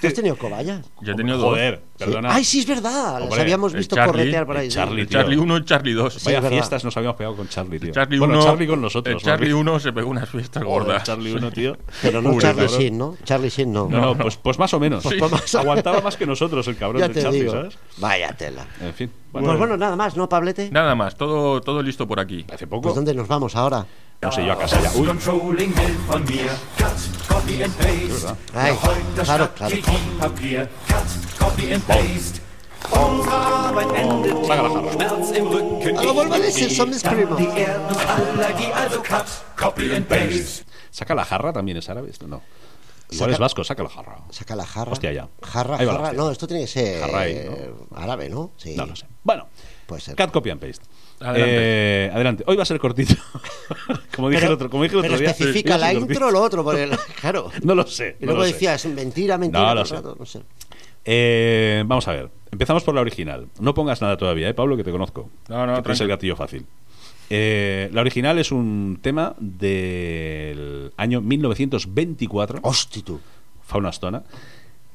¿Tú has tenido cobayas? Yo he tenido dos. Joder, perdona. Sí. Ay, sí, es verdad. Las Hombre, habíamos el visto Charlie, corretear por el ahí. sí. Charlie. El Charlie tío. 1 y el Charlie 2. Sí, Vaya es verdad. fiestas nos habíamos pegado con Charlie, tío. El Charlie bueno, 1 Charlie con nosotros. El más Charlie bien. 1 se pegó unas fiestas Joder, gordas. Charlie 1, tío. Pero no Pobre Charlie cabrón. Sheen, ¿no? Charlie Sheen no. No, no, pues, pues más o menos. Pues más o- Aguantaba más que nosotros el cabrón ya del te Charlie, digo. ¿sabes? Vaya tela. En fin. Pues bueno, nada más, ¿no, Pablete? Nada más, todo, todo listo por aquí. hace poco. Pues ¿dónde nos vamos ahora? No sé, yo a casa ya. Uy, Controlling will von mir. Cut, copy and paste. Ay, Erfolgter claro, statt claro. Kreditpapier. Cut, copy and paste. Unsere Arbeit endet. Schmerz im Rücken. Aber wollen wir nicht den Song mitspielen? Dann die Erdnussallergie, also cut, copy and paste. ¿Saca la jarra también es árabe esto? No. Igual Saca- es vasco, saca la jarra. Saca la jarra. Hostia, ya. Jarra, Ahí va la jarra. hostia. No, esto tiene que ser Jarra ahí, eh, árabe, ¿no? Sí. No lo sé. Bueno, Puede ser. cat copy and paste. Adelante. Eh, adelante. Hoy va a ser cortito. como dije el otro, como dije el pero otro día. especifica iba a ser la cortito. intro o lo otro, porque, claro. No lo sé. Y no luego lo sé. decías, mentira, mentira, No todo lo el sé. rato, no sé. Eh, vamos a ver. Empezamos por la original. No pongas nada todavía, ¿eh, Pablo? Que te conozco. No, no, Que tienes tranqui. el gatillo fácil. Eh, la original es un tema del año 1924. Hosti tú. Fauna Stona.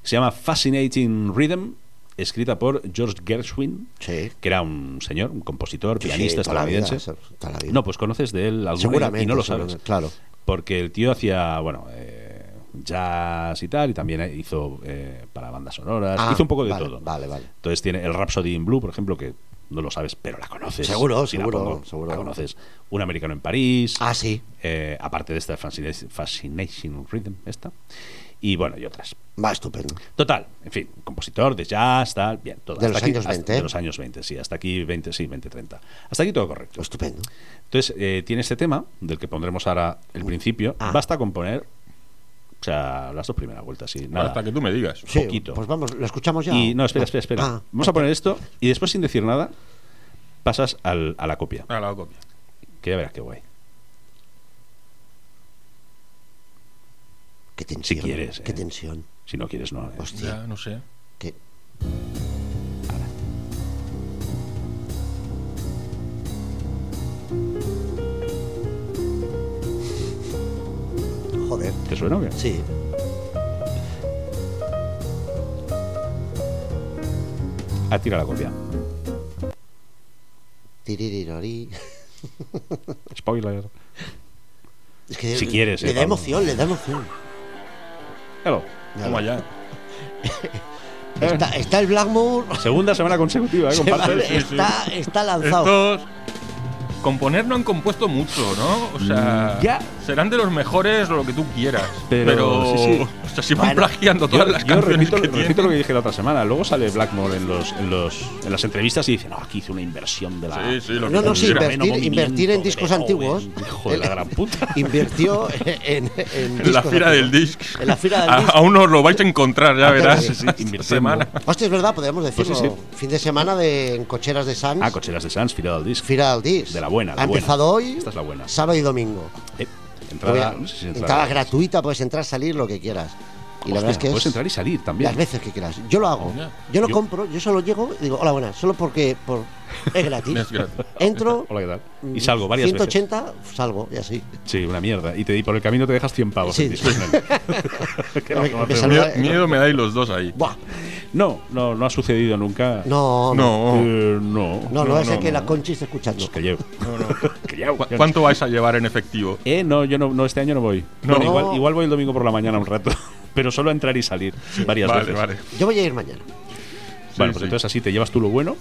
Se llama Fascinating Rhythm escrita por George Gershwin, Sí. que era un señor, un compositor, Sí, sí, pianista toda la vida, estadounidense. toda la vida. No, pues conoces de él alguna Seguramente. y no lo sabes. seguramente, Claro. Porque el tío hacía, bueno, eh, jazz y tal, y también eh, hizo eh, para bandas sonoras, Ah, hizo un poco de vale, todo. Vale, vale. Entonces tiene el Rhapsody in Blue, por ejemplo, que no lo sabes, pero la conoces. Seguro, Si la seguro, pongo, seguro. La conoces. Un americano en París. Ah, sí. eh, aparte de esta Fascina- Fascination Rhythm, esta. Y bueno, y otras. Va estupendo. Total, en fin, compositor de jazz, tal, bien, todo. De Hasta los años hasta- 20, ¿eh? De los años 20, sí, hasta aquí 20, sí, 20, 30. Hasta aquí todo correcto. Estupendo. Entonces, eh, tiene este tema, del que pondremos ahora el principio. Ah. Basta con poner, o sea, las dos primeras vueltas y nada. Hasta que tú me digas. Sí, Poquito. Pues vamos, ¿lo escuchamos ya? Y o- no, espera, espera, espera. Ah, Vamos a poner esto y después, sin decir nada, pasas al- a la copia. A la copia. Que ya verás qué guay. Qué tensión. quieres, Qué eh. tensión. Si no quieres, no. eh. Hostia. Ya, no sé. qué- Joder. ¿Te suena o qué? Sí. Ah, tira la copia. Tiriririrí. Spoiler. Es que Si quieres, Le eh, da Pablo. emoción, le da emoción. Hello. Toma ya. Está, está el Blackmoor. Segunda semana consecutiva, ¿eh? Comparte. sí, sí. está, está Pues lanzado. Estos. Componer no han compuesto mucho, ¿no? O sea, Mm, ya. serán de los mejores o lo que tú quieras. Pero- Pero, sí, sí. o sea, si van Bueno, plagiando Yo, todas las yo canciones repito, que repito tienen. lo que dije la otra semana. Luego sale Blackmore en, los, en, los, en las entrevistas y dice: No, aquí hice una inversión de la. Sí, sí, lo No, no, que sí, quieras. Grabé un invertir, invertir en movimiento discos de antiguos. Beethoven, Hijo de la gran puta. Invirtió en, en, En la discos fila del antiguos. disc. Ah, En la fila del A- disc. Aún os lo vais a encontrar, ya Ah, claro, verás. sí, sí, esta invirtiendo. semana. Hostia, es verdad, podríamos decirlo. Pues sí. Fin de semana de en cocheras de Sans. Ah, cocheras de Sans, filado al disco. Fila del disc. De la buena, la Ha buena. empezado hoy. Esta es la buena. Sábado y domingo. Eh, entrada, Voy a- no sé si entrada- entrada gratuita, puedes entrar, salir, lo que quieras. Y la Hostia, verdad es que puedes es entrar y salir también. las veces que quieras. Yo lo hago. Mira. Yo lo Yo- compro, yo solo llego y digo, hola, buenas, solo porque por... es gratis. Es gratis. Entro, Hola, ¿qué tal? Mm, Y salgo varias veces. 180, salgo y así. Sí, una mierda. Y, te, y por el camino te dejas 100 pavos. Sí. en discos, ¿no? Que no, Me- no, me no, salió- Miedo, miedo me dais los dos ahí. Buah, no, no, no ha sucedido nunca. no, no, No. Eh, no. no, no, no, es el no, que no. la Conchi está escuchando. Que llevo. Que llevo. ¿Cu- ¿Cuánto vais a llevar en efectivo? Eh, no, yo no, no, este año no voy. No. Bueno, No. Igual, igual voy el domingo por la mañana un rato. Pero solo a entrar y salir varias Vale, veces. vale. Yo voy a ir mañana. Vale, Sí, pues sí. entonces así te llevas tú lo bueno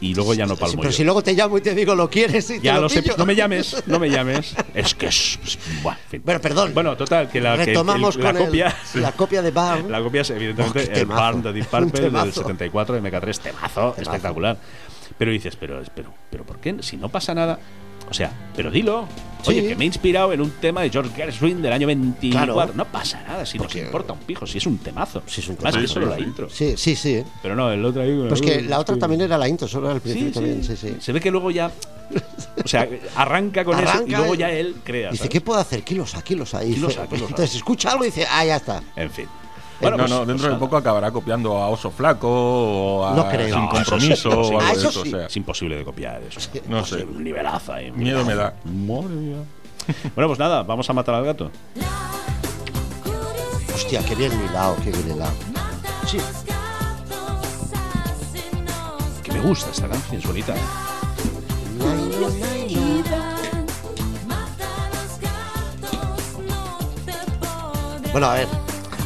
y luego ya no Sí, palmo pero yo. si luego te llamo y te digo lo quieres y Ya te lo, lo sé, pillo. no me llames, no me llames. Es que es. es- buah, en fin. Bueno, perdón. Bueno, total, que la, que el- Retomamos la con el- copia. la copia de Barn. La copia es evidentemente Oh, qué el temazo. Barn de Deep Un Purple del temazo. 74 de MK3, temazo, espectacular. Pero dices, pero, pero, pero ¿por qué? Si no pasa nada. O sea, pero dilo. Oye, Sí. que me he inspirado en un tema de George Gershwin del año 24. Claro. No pasa nada, si Porque- nos importa un pijo, si es un temazo. Sí, es un Más temazo, que solo sí, la sí. intro. Sí, sí, sí. ¿eh? Pero no, el otro ahí. uh, Pues que la otra Sí. también era la intro, solo era el principio Sí, también, sí, sí. sí. Se ve que luego ya. O sea, arranca con eso y Arranca luego y- ya él crea. Dice, ¿sabes? ¿qué puedo hacer? Kilos a kilos ahí. Kilos a kilos a. Entonces escucha algo y dice, ah, ya está. En fin. no, pues- no, dentro pues de poco acabará copiando a Oso Flaco o a No creo. Sin No, eso sí, Compromiso eso sí. o Ah, algo eso de eso. sí. o sea. Es imposible de copiar eso. No sé. Un nivelazo ahí. un Miedo me nivelazo. Madre mía. Bueno, pues nada, vamos a matar al gato. Hostia, qué bien hilado, qué bien hilado. Sí. Que me gusta esta canción, ¿eh? solita. Bueno, a ver,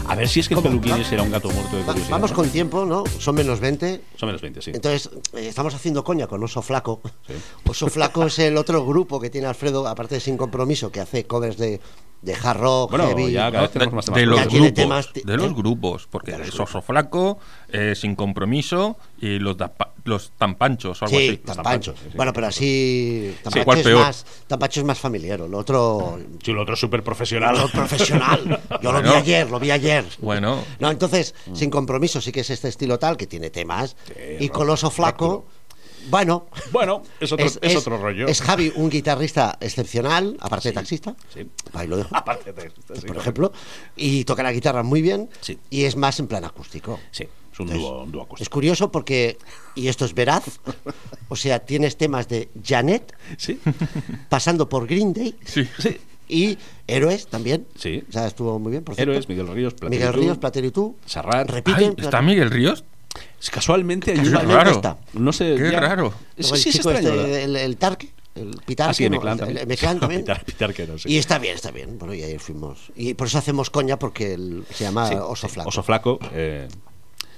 A ver si es que ¿Cómo? Peluquines era un gato muerto de va- curiosidad. vamos ¿no? con tiempo, ¿no? Son menos 20. Son menos 20, sí. Entonces, eh, estamos haciendo coña con Oso Flaco. Sí. Oso Flaco es el otro grupo que tiene Alfredo, aparte de Sin Compromiso, que hace covers de, de hard rock, Bueno, heavy. ya cada vez De, tenemos más de temas. los Ya tiene grupos, temas ti- de los ¿eh? grupos, porque es Oso Flaco, eh, Sin Compromiso y los, da- pa- los Tampanchos o algo Sí, así. Tampancho. Tampancho, sí, sí. Bueno, pero así. Tampancho, ¿cuál es, peor? más, Tampancho es más familiar. Lo otro. Sí, lo otro es súper profesional. Lo profesional. Yo lo vi Bueno. ayer, lo vi ayer. Bueno. No, entonces, sin compromiso, sí que es este estilo tal, que tiene temas. y rock, Coloso Flaco. Bueno. Bueno, es otro, es, otro rollo. Es Javi, un guitarrista excepcional, aparte de taxista. sí. Ah, Ahí lo dejo. Aparte de esto, sí. por ejemplo. Y toca la guitarra muy bien. Sí. Y es más en plan acústico. Sí, es un Entonces, dúo, un dúo Es acústico. curioso porque, y esto es veraz, o sea, tienes temas de Janet Sí, pasando por Green Day Sí. sí. y Héroes también. Sí. O sea, estuvo muy bien, por cierto. Héroes, Miguel Ríos, Platero. Miguel Ríos, Platero y tú. Serrat. Repiten. Ay, ¿Está Miguel Ríos? Casualmente hay una. Casualmente raro. está. No sé. Qué raro. Es, Luego el sí, es chico extraño. este, ¿verdad? el, el Tarque, el Pitarque, Ah, sí, de ¿no? Meclán también. El Meclán también. Pitar- Pitarque, no sé. Y está bien, está bien. Bueno, y ahí fuimos. Y por eso hacemos coña porque el- se llama Sí, Oso Flaco. Oso Flaco. eh,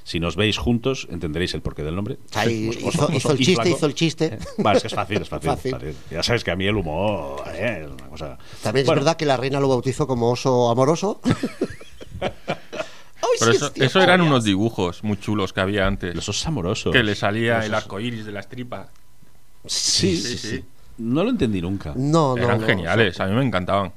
si nos veis juntos, entenderéis el porqué del nombre. Ahí Oso- hizo- hizo el y chiste, hizo el chiste. Eh, Bueno, es que es fácil, es fácil, Fácil. fácil. Ya sabes que a mí el humor eh, es una cosa. También Bueno, es verdad que la reina lo bautizó como oso amoroso. Ay, Pero sí, eso, tío, eso eran joder. unos dibujos muy chulos que había antes. Los osos amorosos. Que le salía Los el osos- arco iris de las tripas. Sí, Sí, sí. No lo entendí nunca. No, no, Eran no. geniales, a mí me encantaban.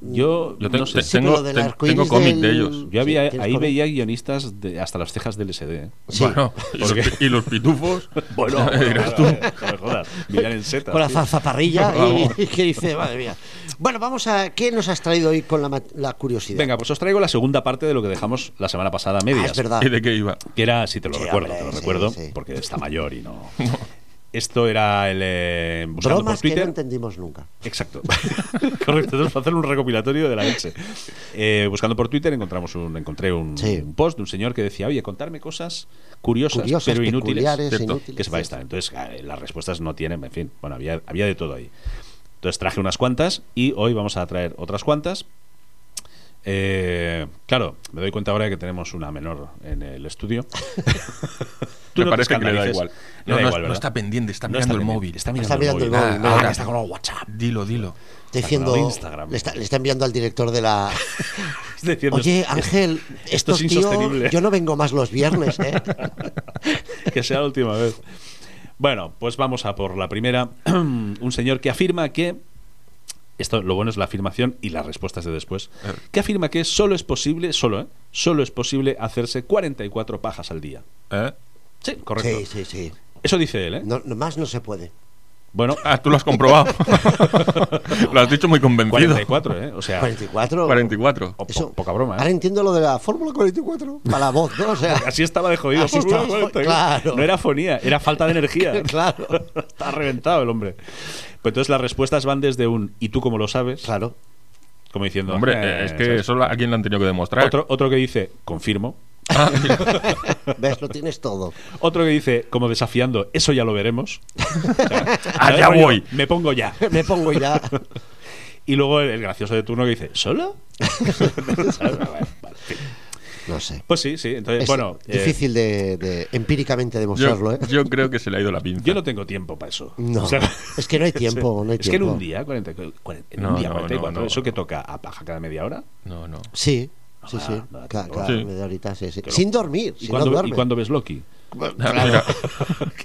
Yo, Yo no tengo- sé. te- Sí, pero Tengo- lo del ten- arcoíris tengo cómic de del- ellos. Yo había, Sí, tienes ahí cómic. veía guionistas de hasta las cejas del SD. ¿eh? Sí. Bueno, y los, Porque- y los pitufos. Bueno, Ya dirás tú. no me jodas. Mirar en setas. Con la tío. zarzaparrilla Vamos. y, y que dice, madre mía. Bueno, vamos a. ¿Qué nos has traído hoy con la, ma- la curiosidad? Venga, pues os traigo la segunda parte de lo que dejamos la semana pasada a Ah, medias. es verdad. ¿Y de qué iba? Que era, si te lo Sí, recuerdo, hombre, te lo sí, recuerdo, sí. porque está mayor y no. Esto era el. eh, buscando Bromas por que no Twitter. entendimos nunca. Exacto. Correcto, tenemos que hacer un recopilatorio de la leche. Eh, buscando por Twitter encontramos un, encontré un, Sí. un post de un señor que decía, oye, contarme cosas curiosas, Curiosas, pero inútiles. peculiares, cierto, inútiles. que se va a estar. Entonces, claro, las respuestas no tienen, en fin, bueno, había, había de todo ahí. Entonces traje unas cuantas y hoy vamos a traer otras cuantas. Eh, claro, me doy cuenta ahora que tenemos una menor en el estudio. Tú Me no te parece que le da escandalices. igual. Le da No, no- igual, no ¿verdad? está pendiente, está No mirando el pendiente, móvil. Está mirando, Está mirando el el móvil. móvil, Ah, no, que no. está con el WhatsApp. Dilo, dilo. Está Está grabado diciendo. en Instagram. Le está, le está enviando al director de la. Es decir, Oye, es- Ángel, esto estos es tíos. insostenible. Yo no vengo más los viernes, ¿eh? que sea la última vez. Bueno, pues vamos a por la primera. Un señor que afirma que. Esto lo bueno es la afirmación y las respuestas de después. Eh. Que afirma que solo es posible, solo, ¿eh? Solo es posible hacerse 44 pajas al día. ¿Eh? Sí, correcto. Sí, sí, sí. Eso dice él, ¿eh? No, no- más no se puede. Bueno, Ah, tú lo has comprobado. lo has dicho muy convencido. 44, ¿eh? O sea, 44. 44. o po- poca broma, ¿eh? Ahora entiendo lo de la Fórmula 44. Para la voz, ¿no? O sea, así estaba de jodido. Así estaba, 44. claro. No era fonía, era falta de energía. Claro. Está reventado el hombre. Pues entonces las respuestas van desde un ¿y tú cómo lo sabes? Claro. Como diciendo. Hombre, "Eh, eh, es que ¿sabes?". eso a quién le han tenido que demostrar. Otro, otro que dice, confirmo. Ah, mira. ¿Ves? Lo tienes todo. Otro que dice, como desafiando, eso ya lo veremos. Allá Rollo, voy. Me pongo ya. Me pongo ya. Y luego el, el gracioso de turno que dice, ¿solo? No sé. pues sí, sí. Entonces, Es bueno, eh, difícil de, de empíricamente demostrarlo, Yo, ¿eh? yo creo que se le ha ido la pinza. pues yo no tengo tiempo para eso. No, O sea, es que no hay tiempo, no hay es que en tiempo. un día, 40, cuaren- en No, un día no, 44, no, no. eso que toca a paja cada media hora. No, no. Sí, sí, Ah, sí. no, Ca- no. cada Sí. media horita, sí, sí. Sin dormir, si ¿Y, no cuando, duerme. ¿Y cuando ves Loki? Bueno, Mira,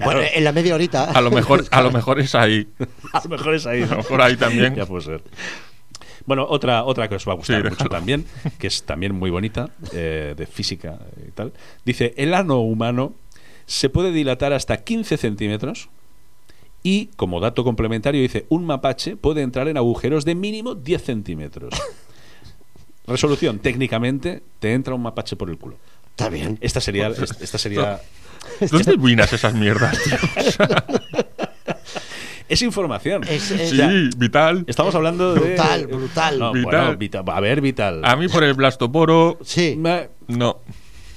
bueno, en la media horita. a lo mejor, a lo mejor es ahí. A lo mejor es ahí. ¿no? A lo mejor ahí también. ya puede ser. Bueno, otra, otra que os va a gustar Sí, mucho déjalo. también, que es también muy bonita, eh, de física y tal. Dice, el ano humano se puede dilatar hasta 15 centímetros y, como dato complementario, dice, un mapache puede entrar en agujeros de mínimo 10 centímetros. Resolución, técnicamente te entra un mapache por el culo. Está bien. Esta sería... Esta sería ¿Dónde vinas esas mierdas, tío? es información. Es- es- Sí, vital. Estamos hablando de... Brutal, brutal. No, Vital. bueno, vital. A ver, vital. A mí por el blastoporo. Sí. Ma- No.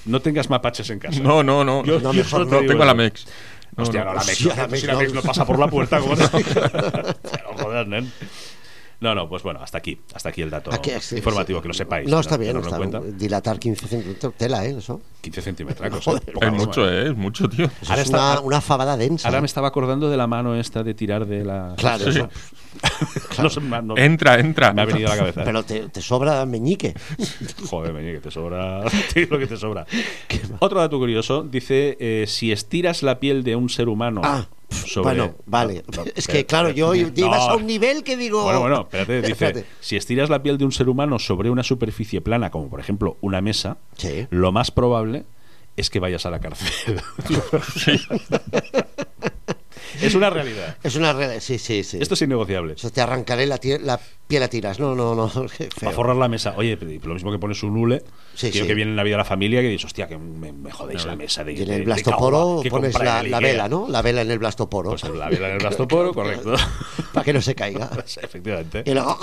No tengas mapaches en casa. No, no, no. Yo- No, yo mejor solo te no. digo tengo a la eso. Mex. No, Hostia, no. no, la Mex. Hostia, no, la Mex si la no. Mex no pasa por la puerta, ¿cómo no? Pero, joder, nen. No, no, pues bueno, hasta aquí. Hasta aquí el dato Aquí, Ah, sí, informativo, sí. que lo sepáis. No, está que bien, no lo está cuenta. bien. Dilatar 15 centímetros, tela, ¿eh? Eso. 15 centímetros. Joder, Es mucho, eh, es mucho, tío. Eso Ahora es está- una, una fabada densa. Ahora me estaba acordando de la mano esta de tirar de la... Claro, Sí. eso. No sé, no- no- Entra, entra. me ha venido a la cabeza. Pero te, te sobra meñique. Joder, meñe, que te sobra. te digo que te sobra. Otro dato curioso. Dice, eh, si estiras la piel de un ser humano Ah, sobre... bueno, vale. No, no, es espera, que, claro, yo espera. te ibas No. a un nivel que digo. Bueno, bueno, espérate, dice, Espérate. si estiras la piel de un ser humano sobre una superficie plana, como por ejemplo una mesa, Sí. lo más probable es que vayas a la cárcel. es una realidad. Es una realidad. Sí, sí, sí. Esto es innegociable. Eso te arrancaré la, ti- la piel a tiras. No, no, no. qué feo. Para forrar la mesa. Oye, pero lo mismo que pones un hule, Sí, que, yo sí. que viene en la vida de la familia, que dices, hostia, que me, me jodéis la mesa de Y en de- de el blastoporo caoba que pones compré en la, el Pues la Ikea". vela, ¿no? La vela en el blastoporo. Pues la vela en el blastoporo, correcto. Para que no se caiga. Efectivamente. Y luego-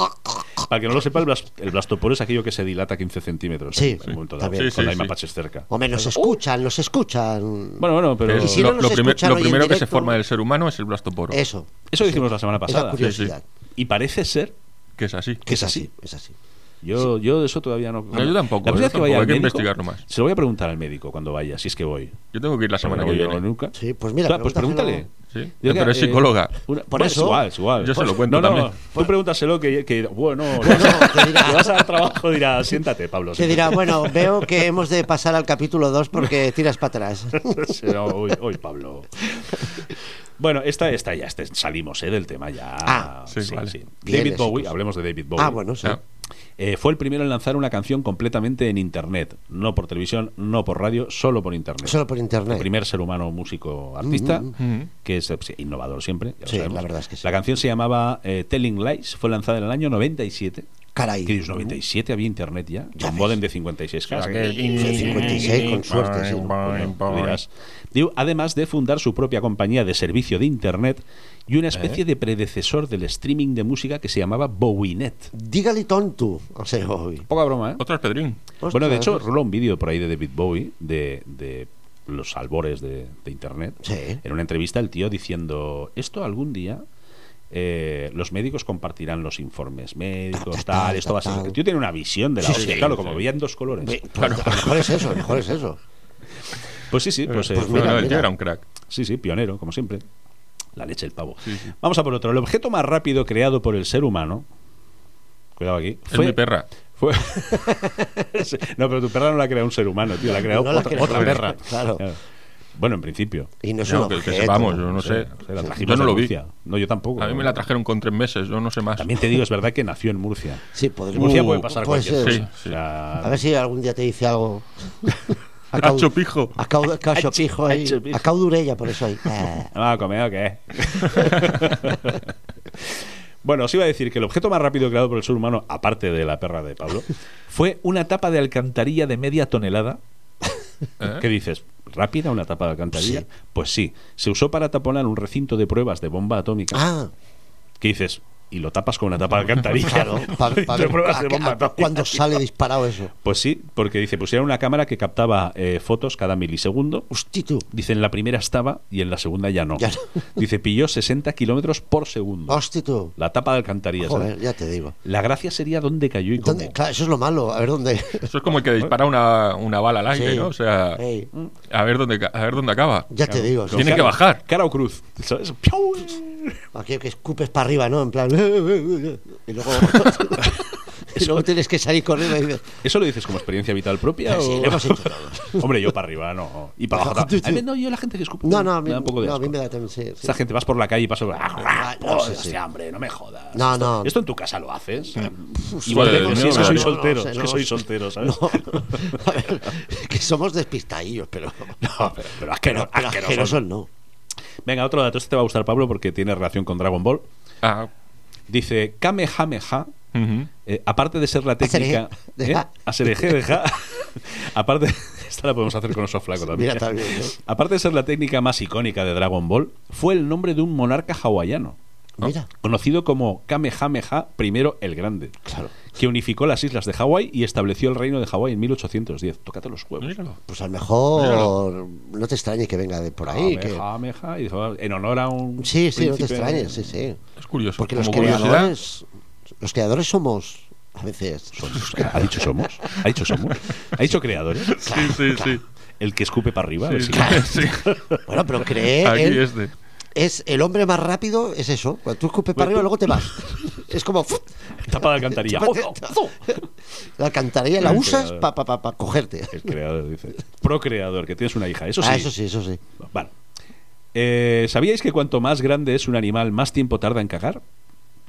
Para que no lo sepa, el, blas- el blastoporo es aquello que se dilata 15 centímetros Sí, en un momento dado, también. con Sí, sí, la sí. misma patches cerca. Hombre, nos escuchan, nos escuchan. Pues, uh. Bueno, bueno, pero Pero Y si lo, no nos lo primer- escuchan lo hoy en primero que se directo- forma del ser humano es el blastoporo. eso. eso lo hicimos la semana Esa pasada. curiosidad. Y parece ser Que es así. Que es Es así. así, es así. Yo, yo de eso todavía no. No, yo tampoco, La yo próxima vez que tampoco, vaya hay al que médico, investigarlo más. Se lo voy a preguntar al médico cuando vaya, si es que voy. Yo tengo que ir la semana Porque que no voy viene. yo nunca. Sí, pues mira, Claro, pues pregúntaselo. pregúntale. Sí. Yo Eh, que- pero es eh, psicóloga. una- Por bueno, eso. Es igual, es igual. Yo se lo Pues- no, cuento no, también. Tú pregúntaselo que, que bueno, le vas, a, te dirá. le vas a dar trabajo, dirá, siéntate, Pablo. Te dirá, bueno, veo que hemos de pasar al capítulo 2 porque tiras para atrás. siéntate". Sí, no, hoy, hoy, Pablo. Bueno, esta, esta ya este- salimos eh, del tema ya. Ah, sí, vale. Bien, David exitoso. Bowie, hablemos de David Bowie. Ah, bueno, sí. Ah, Eh, fue el primero en lanzar una canción completamente en internet, no por televisión, no por radio, solo por internet. Solo por el internet. primer ser humano músico artista, mm. que es eh, sí, innovador siempre. ya lo Sí, sabemos. la verdad es que sí. La canción se llamaba eh, Telling Lies, fue lanzada en el año 97. Caray. Que dices, 97 había internet ya, Ya con ves. modem de 56K. o sea que- eh. Sí, 56 con suerte, sí. bueno, eh, tú dirás. Digo, además de fundar su propia compañía de servicio de internet y una especie de predecesor del streaming de música que se llamaba Bowinet. Dígale tonto. O sea, hoy. Poca broma, ¿eh? Otro es Pedrín. bueno, de Ostras. hecho, roló un vídeo por ahí de David Bowie de, de los albores de, de Internet. Sí. En una entrevista, el tío diciendo: Esto algún día. eh, los médicos compartirán los informes Ta, médicos, ta, tal, ta, esto va a ser. ta, ta. El tío tiene una visión de la Sí, hostia, sí, claro, sí. como veían dos colores. Ve, pues, a lo mejor es eso, a lo mejor es eso. Pues sí, sí, pues, eh, pues fue- mira, no, no, el mira. tío era un crack. Sí, sí, pionero, como siempre. La leche, el pavo. Vamos a por otro. El objeto más rápido creado por el ser humano. Cuidado aquí. Es mi perra. Fue... Sí. no, pero tu perra no la ha creado un ser humano, tío. La ha creado No la ha otra, creado otra un- perra. claro. Bueno, en principio. Y no es No, un que- que objeto. sepamos, yo no sé. Se la trajimos Yo no de lo vi. Murcia. No, yo tampoco. A mí me la trajeron con tres meses, yo no sé más. También te digo, es verdad que nació en Murcia. Sí, En podríamos. Murcia Uh, puede pasar puede cualquier ser. cosa. Sí, O sí. sea, A ver si algún día te dice algo. Acau- Cacho pijo. acau- Cacho Achi- pijo ahí. acho pijo. Acaudurella, por eso ahí. Ah. ¿No vas a comer o qué? bueno, os iba a decir que el objeto más rápido creado por el ser humano, aparte de la perra de Pablo, fue una tapa de alcantarilla de media tonelada. ¿Eh? ¿Qué dices? ¿Rápida una tapa de alcantarilla? Sí. Pues sí, se usó para taponar un recinto de pruebas de bomba atómica. Ah, ¿Qué dices? Y lo tapas con una tapa de alcantarilla. claro. pa- Recinto pa- de pruebas de a- bomba a- atómica. cuando sale disparado eso. Pues sí, porque dice, pusieron una cámara que captaba eh, fotos cada milisegundo. Hosti tú. Dice, en la primera estaba y en la segunda ya no. Ya no. Dice, pilló 60 kilómetros por segundo. Hosti tú. La tapa de alcantarilla. Joder, ¿sabes? ya te digo. La gracia sería dónde cayó y cómo. ¿Dónde? Claro, eso es lo malo. A ver dónde. Eso es como el que dispara una, una bala al aire, Sí. ¿no? O sea, Ey, a ver dónde, ca- a ver dónde acaba. ya te digo. sí. Tiene que Cara- bajar. Cara o cruz. ¿sabes? ¡Piau! Aquello que escupes para arriba, ¿no? En plan. Y luego. y luego tienes que salir corriendo y dices. ¿Eso lo dices como experiencia vital propia? Sí, o- lo hemos hecho todos. Hombre, yo para arriba no. Y para abajo Tú, también. tú. A mí No, yo la gente que escupe. No, no, a mí, me da un poco de no, a mí asco. me da también. sí, sí. Ah, Esta gente vas por Ah, la calle y pasas. no, sí, sí. Hostia, hambre, este no me jodas. No, esto, no. Mm. esto en tu casa lo haces. Y Joder, volvemos, no, sí, es que no, soy no, soltero. no, es que no. soy soltero, ¿sabes? No, a ver, que somos despistadillos, pero. No, pero, pero asqueroso. pero asqueroso. asquerosos no. Venga, otro dato. Este te va a gustar, Pablo, porque tiene relación con Dragon Ball. Ah, Dice Kamehameha. ujú. Eh, aparte de ser la técnica. Hacer eje, ¿eh? deja. Hacer eje, deja. aparte. Esta la podemos hacer con oso flaco también. Mira, también. ¿no? Aparte de ser la técnica más icónica de Dragon Ball, fue el nombre de un monarca hawaiano, Mira, conocido como Kamehameha I el Grande, claro. que unificó las islas de Hawái y estableció el reino de Hawái en 1810. Tócate los huevos. Míralo. Pues a lo mejor. No te extrañe que venga de por ahí. que- Kamehameha, y dijo, en honor a un. Sí, sí, no te príncipe- extrañes, sí, sí. Es curioso. Porque los Pues como curiosidad, creadores. Los creadores somos. A veces. Somos- Pues, ¿Ha dicho somos? ¿Ha dicho somos? ¿Ha dicho creadores? Sí, sí, sí. El que escupe para arriba. Sí, el que- sí. Bueno, pero cree. Aquí él- este. es el hombre más rápido, es eso. Cuando tú escupes para arriba, luego te vas. Es como. ¡fut! Tapa la alcantarilla. ¡Ozo! La alcantarilla la El usas creador. para cogerte. El creador dice. Procreador, que tienes una hija. Eso sí. Ah, eso sí, eso sí. Vale. Eh, ¿Sabíais que cuanto más grande es un animal, más tiempo tarda en cagar?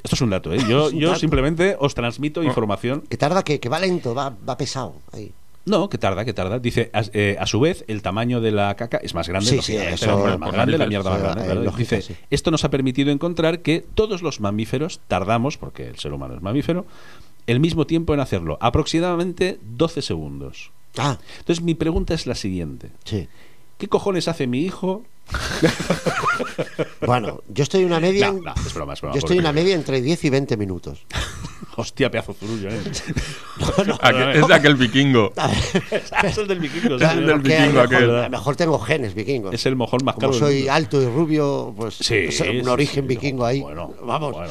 Esto es un dato, ¿eh? Yo, Es un yo dato. simplemente os transmito información. Que tarda, que, que va lento, va, va pesado. Ahí. No, que tarda, que tarda. Dice, as- eh, a su vez, el tamaño de la caca es más grande. Sí, lógicamente, sí, la eso- caca es más por grande, la narices. mierda más Sí, grande. eh, claro. lógico, Dice, sí. esto nos ha permitido encontrar que todos los mamíferos tardamos, porque el ser humano es mamífero, el mismo tiempo en hacerlo, aproximadamente 12 segundos. Ah, Entonces, mi pregunta es la siguiente. sí. ¿Qué cojones hace mi hijo Bueno, yo estoy una media. No, en- no, es broma, es broma, yo estoy una porque- media entre 10 y 20 minutos. Hostia, pedazo zurullo, ¿eh? Aquel- es de aquel vikingo. A ver, es el del vikingo. claro, del Ah, que a lo vikingo mejor- aquel. a lo mejor tengo genes vikingos. Es el mojón más Como caro. del soy mundo. alto y rubio, pues Sí, es un sí, sí, origen sí, vikingo no, ahí. bueno, Vamos, bueno.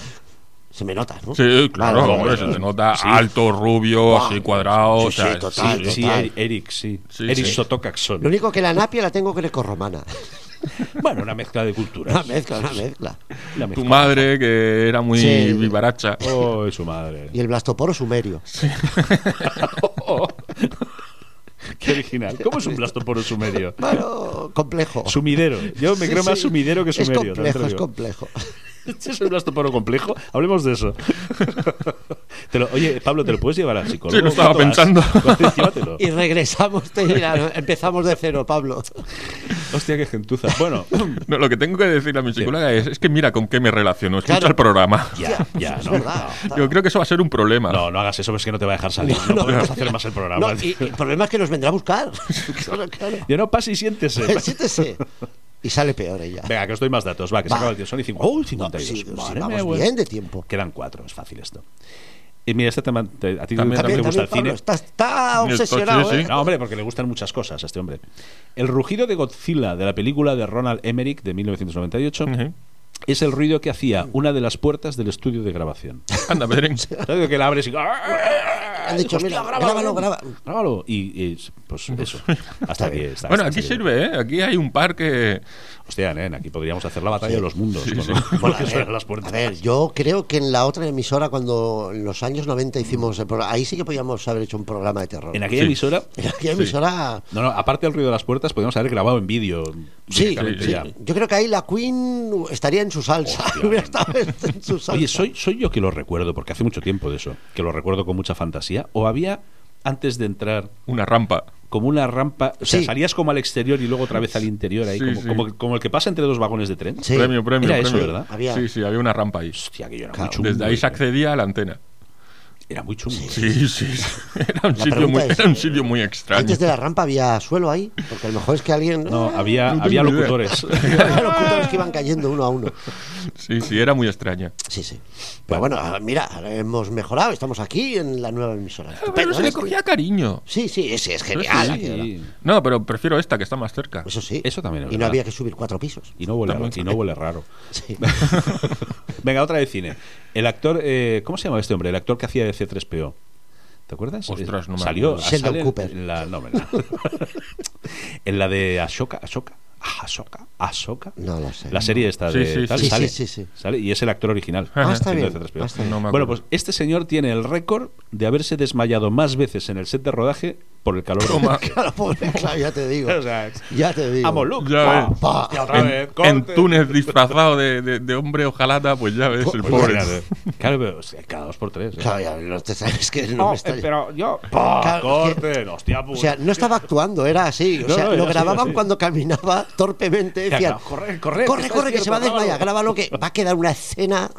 se me nota, ¿no? Sí, claro, Vale, hombre, vale, se vale. te nota Sí. alto, rubio, Guau. así cuadrado. Sí, o sea, sí, total, sí, Sí, total. Eri- Eric, sí. Sí, Eric sí. Sotocaxon. Lo único que la napia la tengo grecorromana. Bueno, una mezcla de culturas. Una mezcla, una mezcla. La mezcla. Tu madre, que era muy Sí. vivaracha. Oh, su madre. Y el blastoporo sumerio. Qué original. ¿Cómo es un blastoporo sumerio? Bueno, complejo. Sumidero. Yo me Sí, creo más sí. sumidero que sumerio. Es también te complejo, lo es digo. complejo. Si es un blastoporo complejo, hablemos de eso. Te lo- oye, Pablo, ¿te lo puedes llevar al psicólogo? Sí, lo estaba ¿Cuánto pensando. vas? Llévatelo. Y regresamos, te dirán, empezamos de cero, Pablo. Hostia, qué gentuza. Bueno, No, lo que tengo que decir a mi psicóloga es, es que mira con qué me relaciono. Escucha Claro. el programa. ya, ya, es no. verdad. Yo creo que eso va a ser un problema. No, no hagas eso, porque es que no te va a dejar salir. No, podemos hacer más el programa. No, y, y el problema es que nos vendrá a buscar. Claro, claro. Ya no, pase y siéntese. Siéntese. Y sale peor ella. Venga, que os doy más datos. Va, que se Va. acaba el tío. Son y cinco. ¡Oh, 52! Sí, sí, Madre vamos mía, güey. bien de tiempo. Quedan cuatro, es fácil esto. Y mira, este tema, te- a ti También- también, te gusta el Pablo, cine. está, está Esto, obsesionado. sí, ¿eh? sí. No, hombre, porque le gustan muchas cosas a este hombre. El rugido de Godzilla de la película de Ronald Emmerich de 1998 Ujú. es el ruido que Mm. hacía una de las puertas del estudio de grabación. Anda, Pedrín. ¿Sabes? Que la abres y. Han dicho, mira, grábalo, graba. Grábalo. Y, y, pues eso. Hasta aquí está. Bueno, hasta aquí aquí. sirve, ¿eh? Aquí hay un par que... Hostia, nen, aquí podríamos hacer la batalla de los mundos. Sí, con sí. lo- con Bueno, lo que suenan las puertas. a ver, yo creo que en la otra emisora, cuando en los años 90 hicimos el programa, ahí sí que podíamos haber hecho un programa de terror. En aquella Sí. emisora. En aquella emisora. No, no, aparte del ruido de las puertas, podríamos haber grabado en vídeo. Sí, directamente sí. ya. yo creo que ahí la Queen estaría en su salsa. Hubiera estado en su salsa. Oye, soy, soy yo que lo recuerdo, porque hace mucho tiempo de eso, que lo recuerdo con mucha fantasía. ¿O había, antes de entrar, Una rampa. como una rampa? O sea, Sí. salías como al exterior y luego otra vez al interior, ahí, Sí, como, sí. Como, como el que pasa entre dos vagones de tren. Sí. Premio, premio, Era premio. eso, ¿verdad? Había- Sí, sí, había una rampa ahí. Hostia, que yo era Claro. muy chungo. Desde ahí se eh. accedía a la antena. Era muy chungo. eh. Sí, sí. sí. Era un, La sitio pregunta muy, es, era un sitio muy extraño. Antes de la rampa había suelo ahí, porque a lo mejor es que alguien. No, había, No tengo había ni idea. locutores. Había locutores que iban cayendo uno a uno. Sí, sí, era muy extraña. Sí, sí. Pero bueno, ah, mira, hemos mejorado, estamos aquí en la nueva emisora. Ah, Pero Estupendo, se le ¿eh? cogía cariño. Sí, sí, es, es genial. Sí. aquello. No, pero prefiero esta que está más cerca. Eso sí. Eso también es Y no verdad. había que subir cuatro pisos. Y no huele, y no huele raro. Sí. Venga, otra de cine. El actor, eh, ¿cómo se llama este hombre? El actor que hacía de C3PO. ¿Te acuerdas? Ostras, no me Salió, acuerdo. sale Sheldon en- Cooper. En la, no, hombre, no. en la de Ashoka, Ashoka, Ashoka, Ashoka. No lo sé. La serie esta Sí, de sí, tal, sí. sale, Sí, sí, sí. sale, y es el actor original. Ah, está haciendo bien, de C3PO. ah, está bien. No me bueno, pues acuerdo. este señor tiene el récord de haberse desmayado más veces en el set de rodaje por el calor. Toma. Claro, pobre, claro, ya te digo. O sea, Ya te digo. vamos, Luke. Ya pa, ves. pa, y otra vez, En, corte. en Túnez disfrazado de, de- de hombre ojalata, pues ya ves, el Pues pobre. imagínate. Claro, pero o sea, cada dos por tres. ¿eh? Claro, ya no te sabes que no No, me eh, extraña. pero yo. ¡Pah! Claro, es que- corten, hostia O puta. sea, no estaba actuando, era así. O No, sea, no, lo era así, era grababan así. cuando caminaba torpemente. Ya, Decían, claro, corre, corre, corre, que corre, que está se va a despierto, desmayar. Grábalo, que va a quedar una escena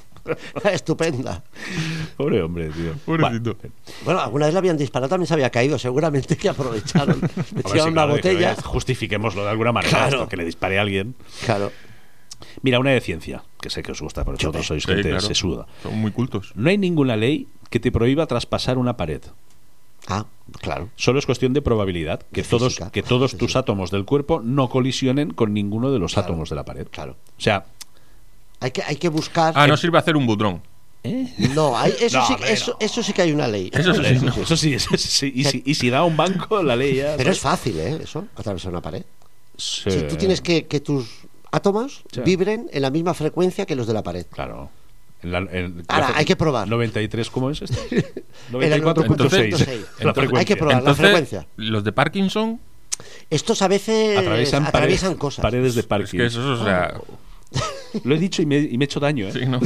estupenda. Pobre hombre, tío. Pobrecito. pues Bueno, Bueno, alguna vez la habían disparado, también se había caído. Seguramente que aprovecharon. Le a ver si, tiraron una claro, que botella. ya Justifiquémoslo de alguna manera. Claro. esto, que le dispare a alguien. Claro. Mira, una de ciencia, que sé que os gusta, pero vosotros sois Sí, gente claro. sesuda. Son muy cultos. No hay ninguna ley que te prohíba traspasar una pared. Ah, claro. Solo es cuestión de probabilidad que De todos, física. que todos Sí, tus sí. átomos del cuerpo no colisionen con ninguno de los Claro, átomos de la pared. claro. O sea, Hay que, hay que buscar. Ah, no sirve hacer un butrón. ¿eh? No, hay- eso, No, sí, hombre, eso, no. eso sí que hay una ley. Eso sí, no. Eso sí, eso sí. Y si, y si da un banco, la ley ya. Pero es fácil, ¿eh? Eso, atravesar una pared. Sí. Si tú tienes que que tus átomos Sí. vibren en la misma frecuencia que los de la pared. Claro. En la- en- Ahora, la- hay que probar. 93, ¿cómo es este? esto? Era 94.6. 94.6. La Entonces, frecuencia. hay que probar. la frecuencia. los de Parkinson, Estos a veces Atraviesan, atraviesan, paredes- cosas. paredes de es parking. que eso, o sea, Oh, Lo he dicho y me, y me he hecho daño. ¿eh? sí, ¿no?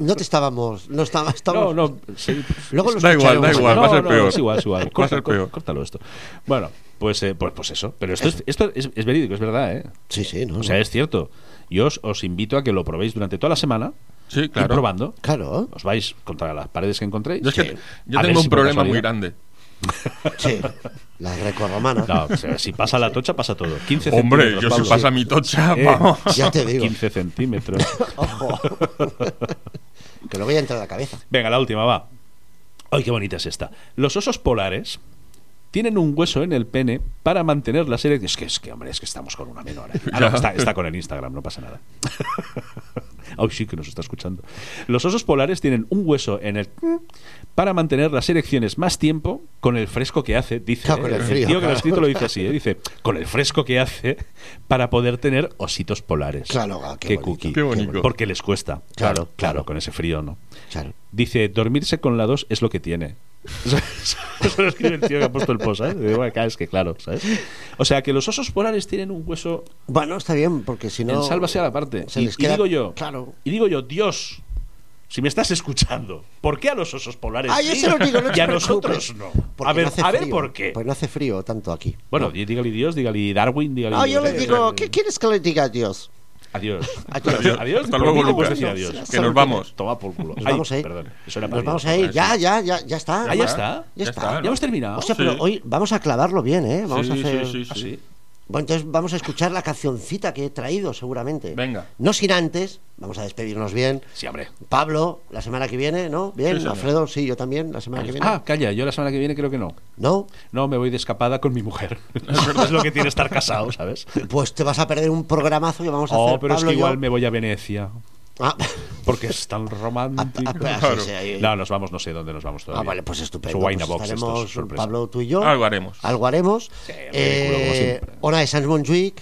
No te estábamos, no estaba- No, estábamos. no, sí, Luego lo Da igual, da escucharemos. igual, va a No, ser no, peor. Es igual, es Va igual. a Corta- ser cor- peor. Córtalo esto. Bueno, pues, eh, pues, pues eso. Pero esto, es, esto es, es verídico, es verdad, ¿eh? Sí, sí, no. O sea, no. es cierto. Yo os, os invito a que lo probéis durante toda la semana. Sí, ir claro. probando. Claro. Os vais contra las paredes que encontréis. Yo, es que Sí. yo A ver tengo si un por problema muy casualidad- grande. Sí, la grecorromana. No, o sea, si pasa la tocha, pasa todo. 15 Hombre, centímetros. yo Pablo. si pasa mi tocha, Eh, vamos. Ya te digo. 15 centímetros. Ojo. que lo voy a entrar a la cabeza. Venga, la última va. Ay, qué bonita es esta. Los osos polares tienen un hueso en el pene para mantener la serie. Es que, es que hombre, es que estamos con una menor. ahí. Ah, no, Ya. está, está con el Instagram, no pasa nada. Ay, sí que nos está escuchando. Los osos polares tienen un hueso en el para mantener las erecciones más tiempo con el fresco que hace, dice. Claro, con el frío, tío que lo claro. ha escrito lo dice así, ¿eh? dice, con el fresco que hace para poder tener ositos polares. Claro, ah, qué Qué bonito, cookie. qué bonito. Porque les cuesta. Claro, claro. claro, con ese frío no. Claro. Dice, dormirse con la 2 es lo que tiene. Eso lo escribe el tío que ha puesto el post, ¿sabes? Digo, acá es que claro, ¿sabes? O sea, que los osos polares tienen un hueso Bueno, está bien, porque si en no. sálvase a la parte. se y, les y queda- digo yo, Claro. y digo yo, Dios, si me estás escuchando, ¿por qué a los osos polares Ay, sí eso lo digo, no te y a preocupes, nosotros no? porque A ver, no hace a ver frío. por qué. Pues no hace frío tanto aquí. bueno, y dígale Dios, dígale Darwin, dígale... Ah, yo le eh, digo, ¿qué quieres que le diga a Dios? Adiós. Adiós. adiós. Hasta Por luego, mí no puedes Lucas. decir adiós. Que nos vamos. Toma por culo. Nos Ay, vamos a ir. Perdón, eso era Nos para mí. vamos a ir, ya, ya, ya, ya está. Ah, ya está. Ya Ya está. está, Ya ¿no? hemos terminado. O sea, pero Sí. hoy vamos a clavarlo bien, ¿eh? Vamos Sí, a hacer. sí, sí, Ah, sí. sí. Bueno, entonces vamos a escuchar la cancioncita que he traído, seguramente. Venga. No sin antes, vamos a despedirnos bien. Sí, hombre. Pablo, la semana que viene, ¿no? Bien. Sí, señor. Alfredo, sí, yo también, la semana que viene. Ah, calla, yo la semana que viene creo que no. ¿No? No, me voy de escapada con mi mujer. es lo que tiene estar casado, ¿sabes? Pues te vas a perder un programazo que vamos a Oh, hacer. pero es Pablo que y yo. igual me voy a Venecia. Ah, Porque es tan romántico. ah, pues, Claro. sí, sí, ahí- No, nos vamos, no sé dónde nos vamos Ah, todavía. vale, pues estupendo. Su Wine Pues Box, estos, estaremos, sorpresa. Pablo, tú y yo. Algo haremos. Algo haremos. hombre, culo, como eh, siempre. hora de Sans Montjuic,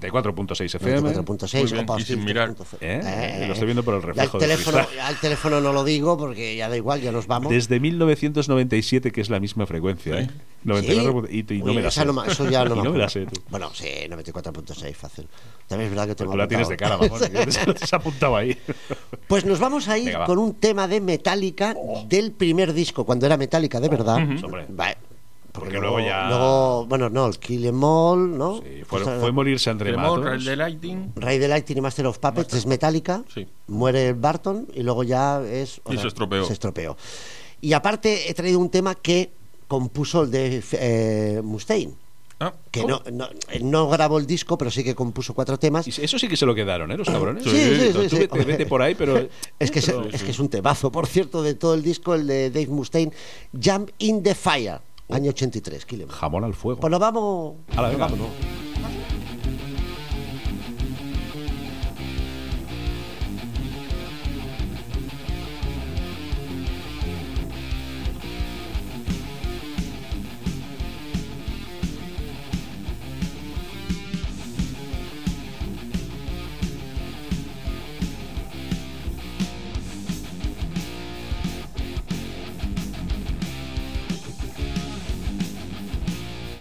94.6 FM. 94.6, Muy bien, Copa y sin Hostil mirar. 3.0. ¿Eh? Lo estoy viendo por el ya reflejo del teléfono, cristal. al teléfono no lo digo porque ya da igual, ya nos vamos. Desde 1997, que es la misma frecuencia. ¿eh? Sí. 94. ¿Sí? Y, y no Uy, me la esa sé. no ma- eso ya no y me no me acuerdo. la sé, tú. Bueno, sí, 94.6, fácil. También es verdad que te Tú la tienes de cara, vamos. Te has apuntado ahí. Pues nos vamos a ir Venga, va. Oh. con un tema de Metallica del primer disco, cuando era Metallica de verdad. Ujú. Hombre. Va- Porque luego ya- luego, bueno, no, el Kill Em All, ¿no? Sí, Pues, fue, eh, fue morirse entre Tremor, matos. Red de Lighting. Ray the Lightning y Master of Puppets es Metallica. Sí. Muere Barton y luego ya es. Y se estropeó. se estropeó. Y aparte he traído un tema que compuso el de eh, Mustaine. Ah, Que no, no, eh, no grabó el disco, pero sí que compuso cuatro temas. Y eso sí que se lo quedaron, ¿eh? Los cabrones. Sí, sí, sí, Tú sí, sí. vete, vete por ahí, pero. ¿eh? Es que, es, pero- es que es un temazo, por cierto, de todo el disco, el de Dave Mustaine, Jump in the Fire, año 83, Killing. Jamón al fuego. Pues nos vamos. A la venga. nos vamos.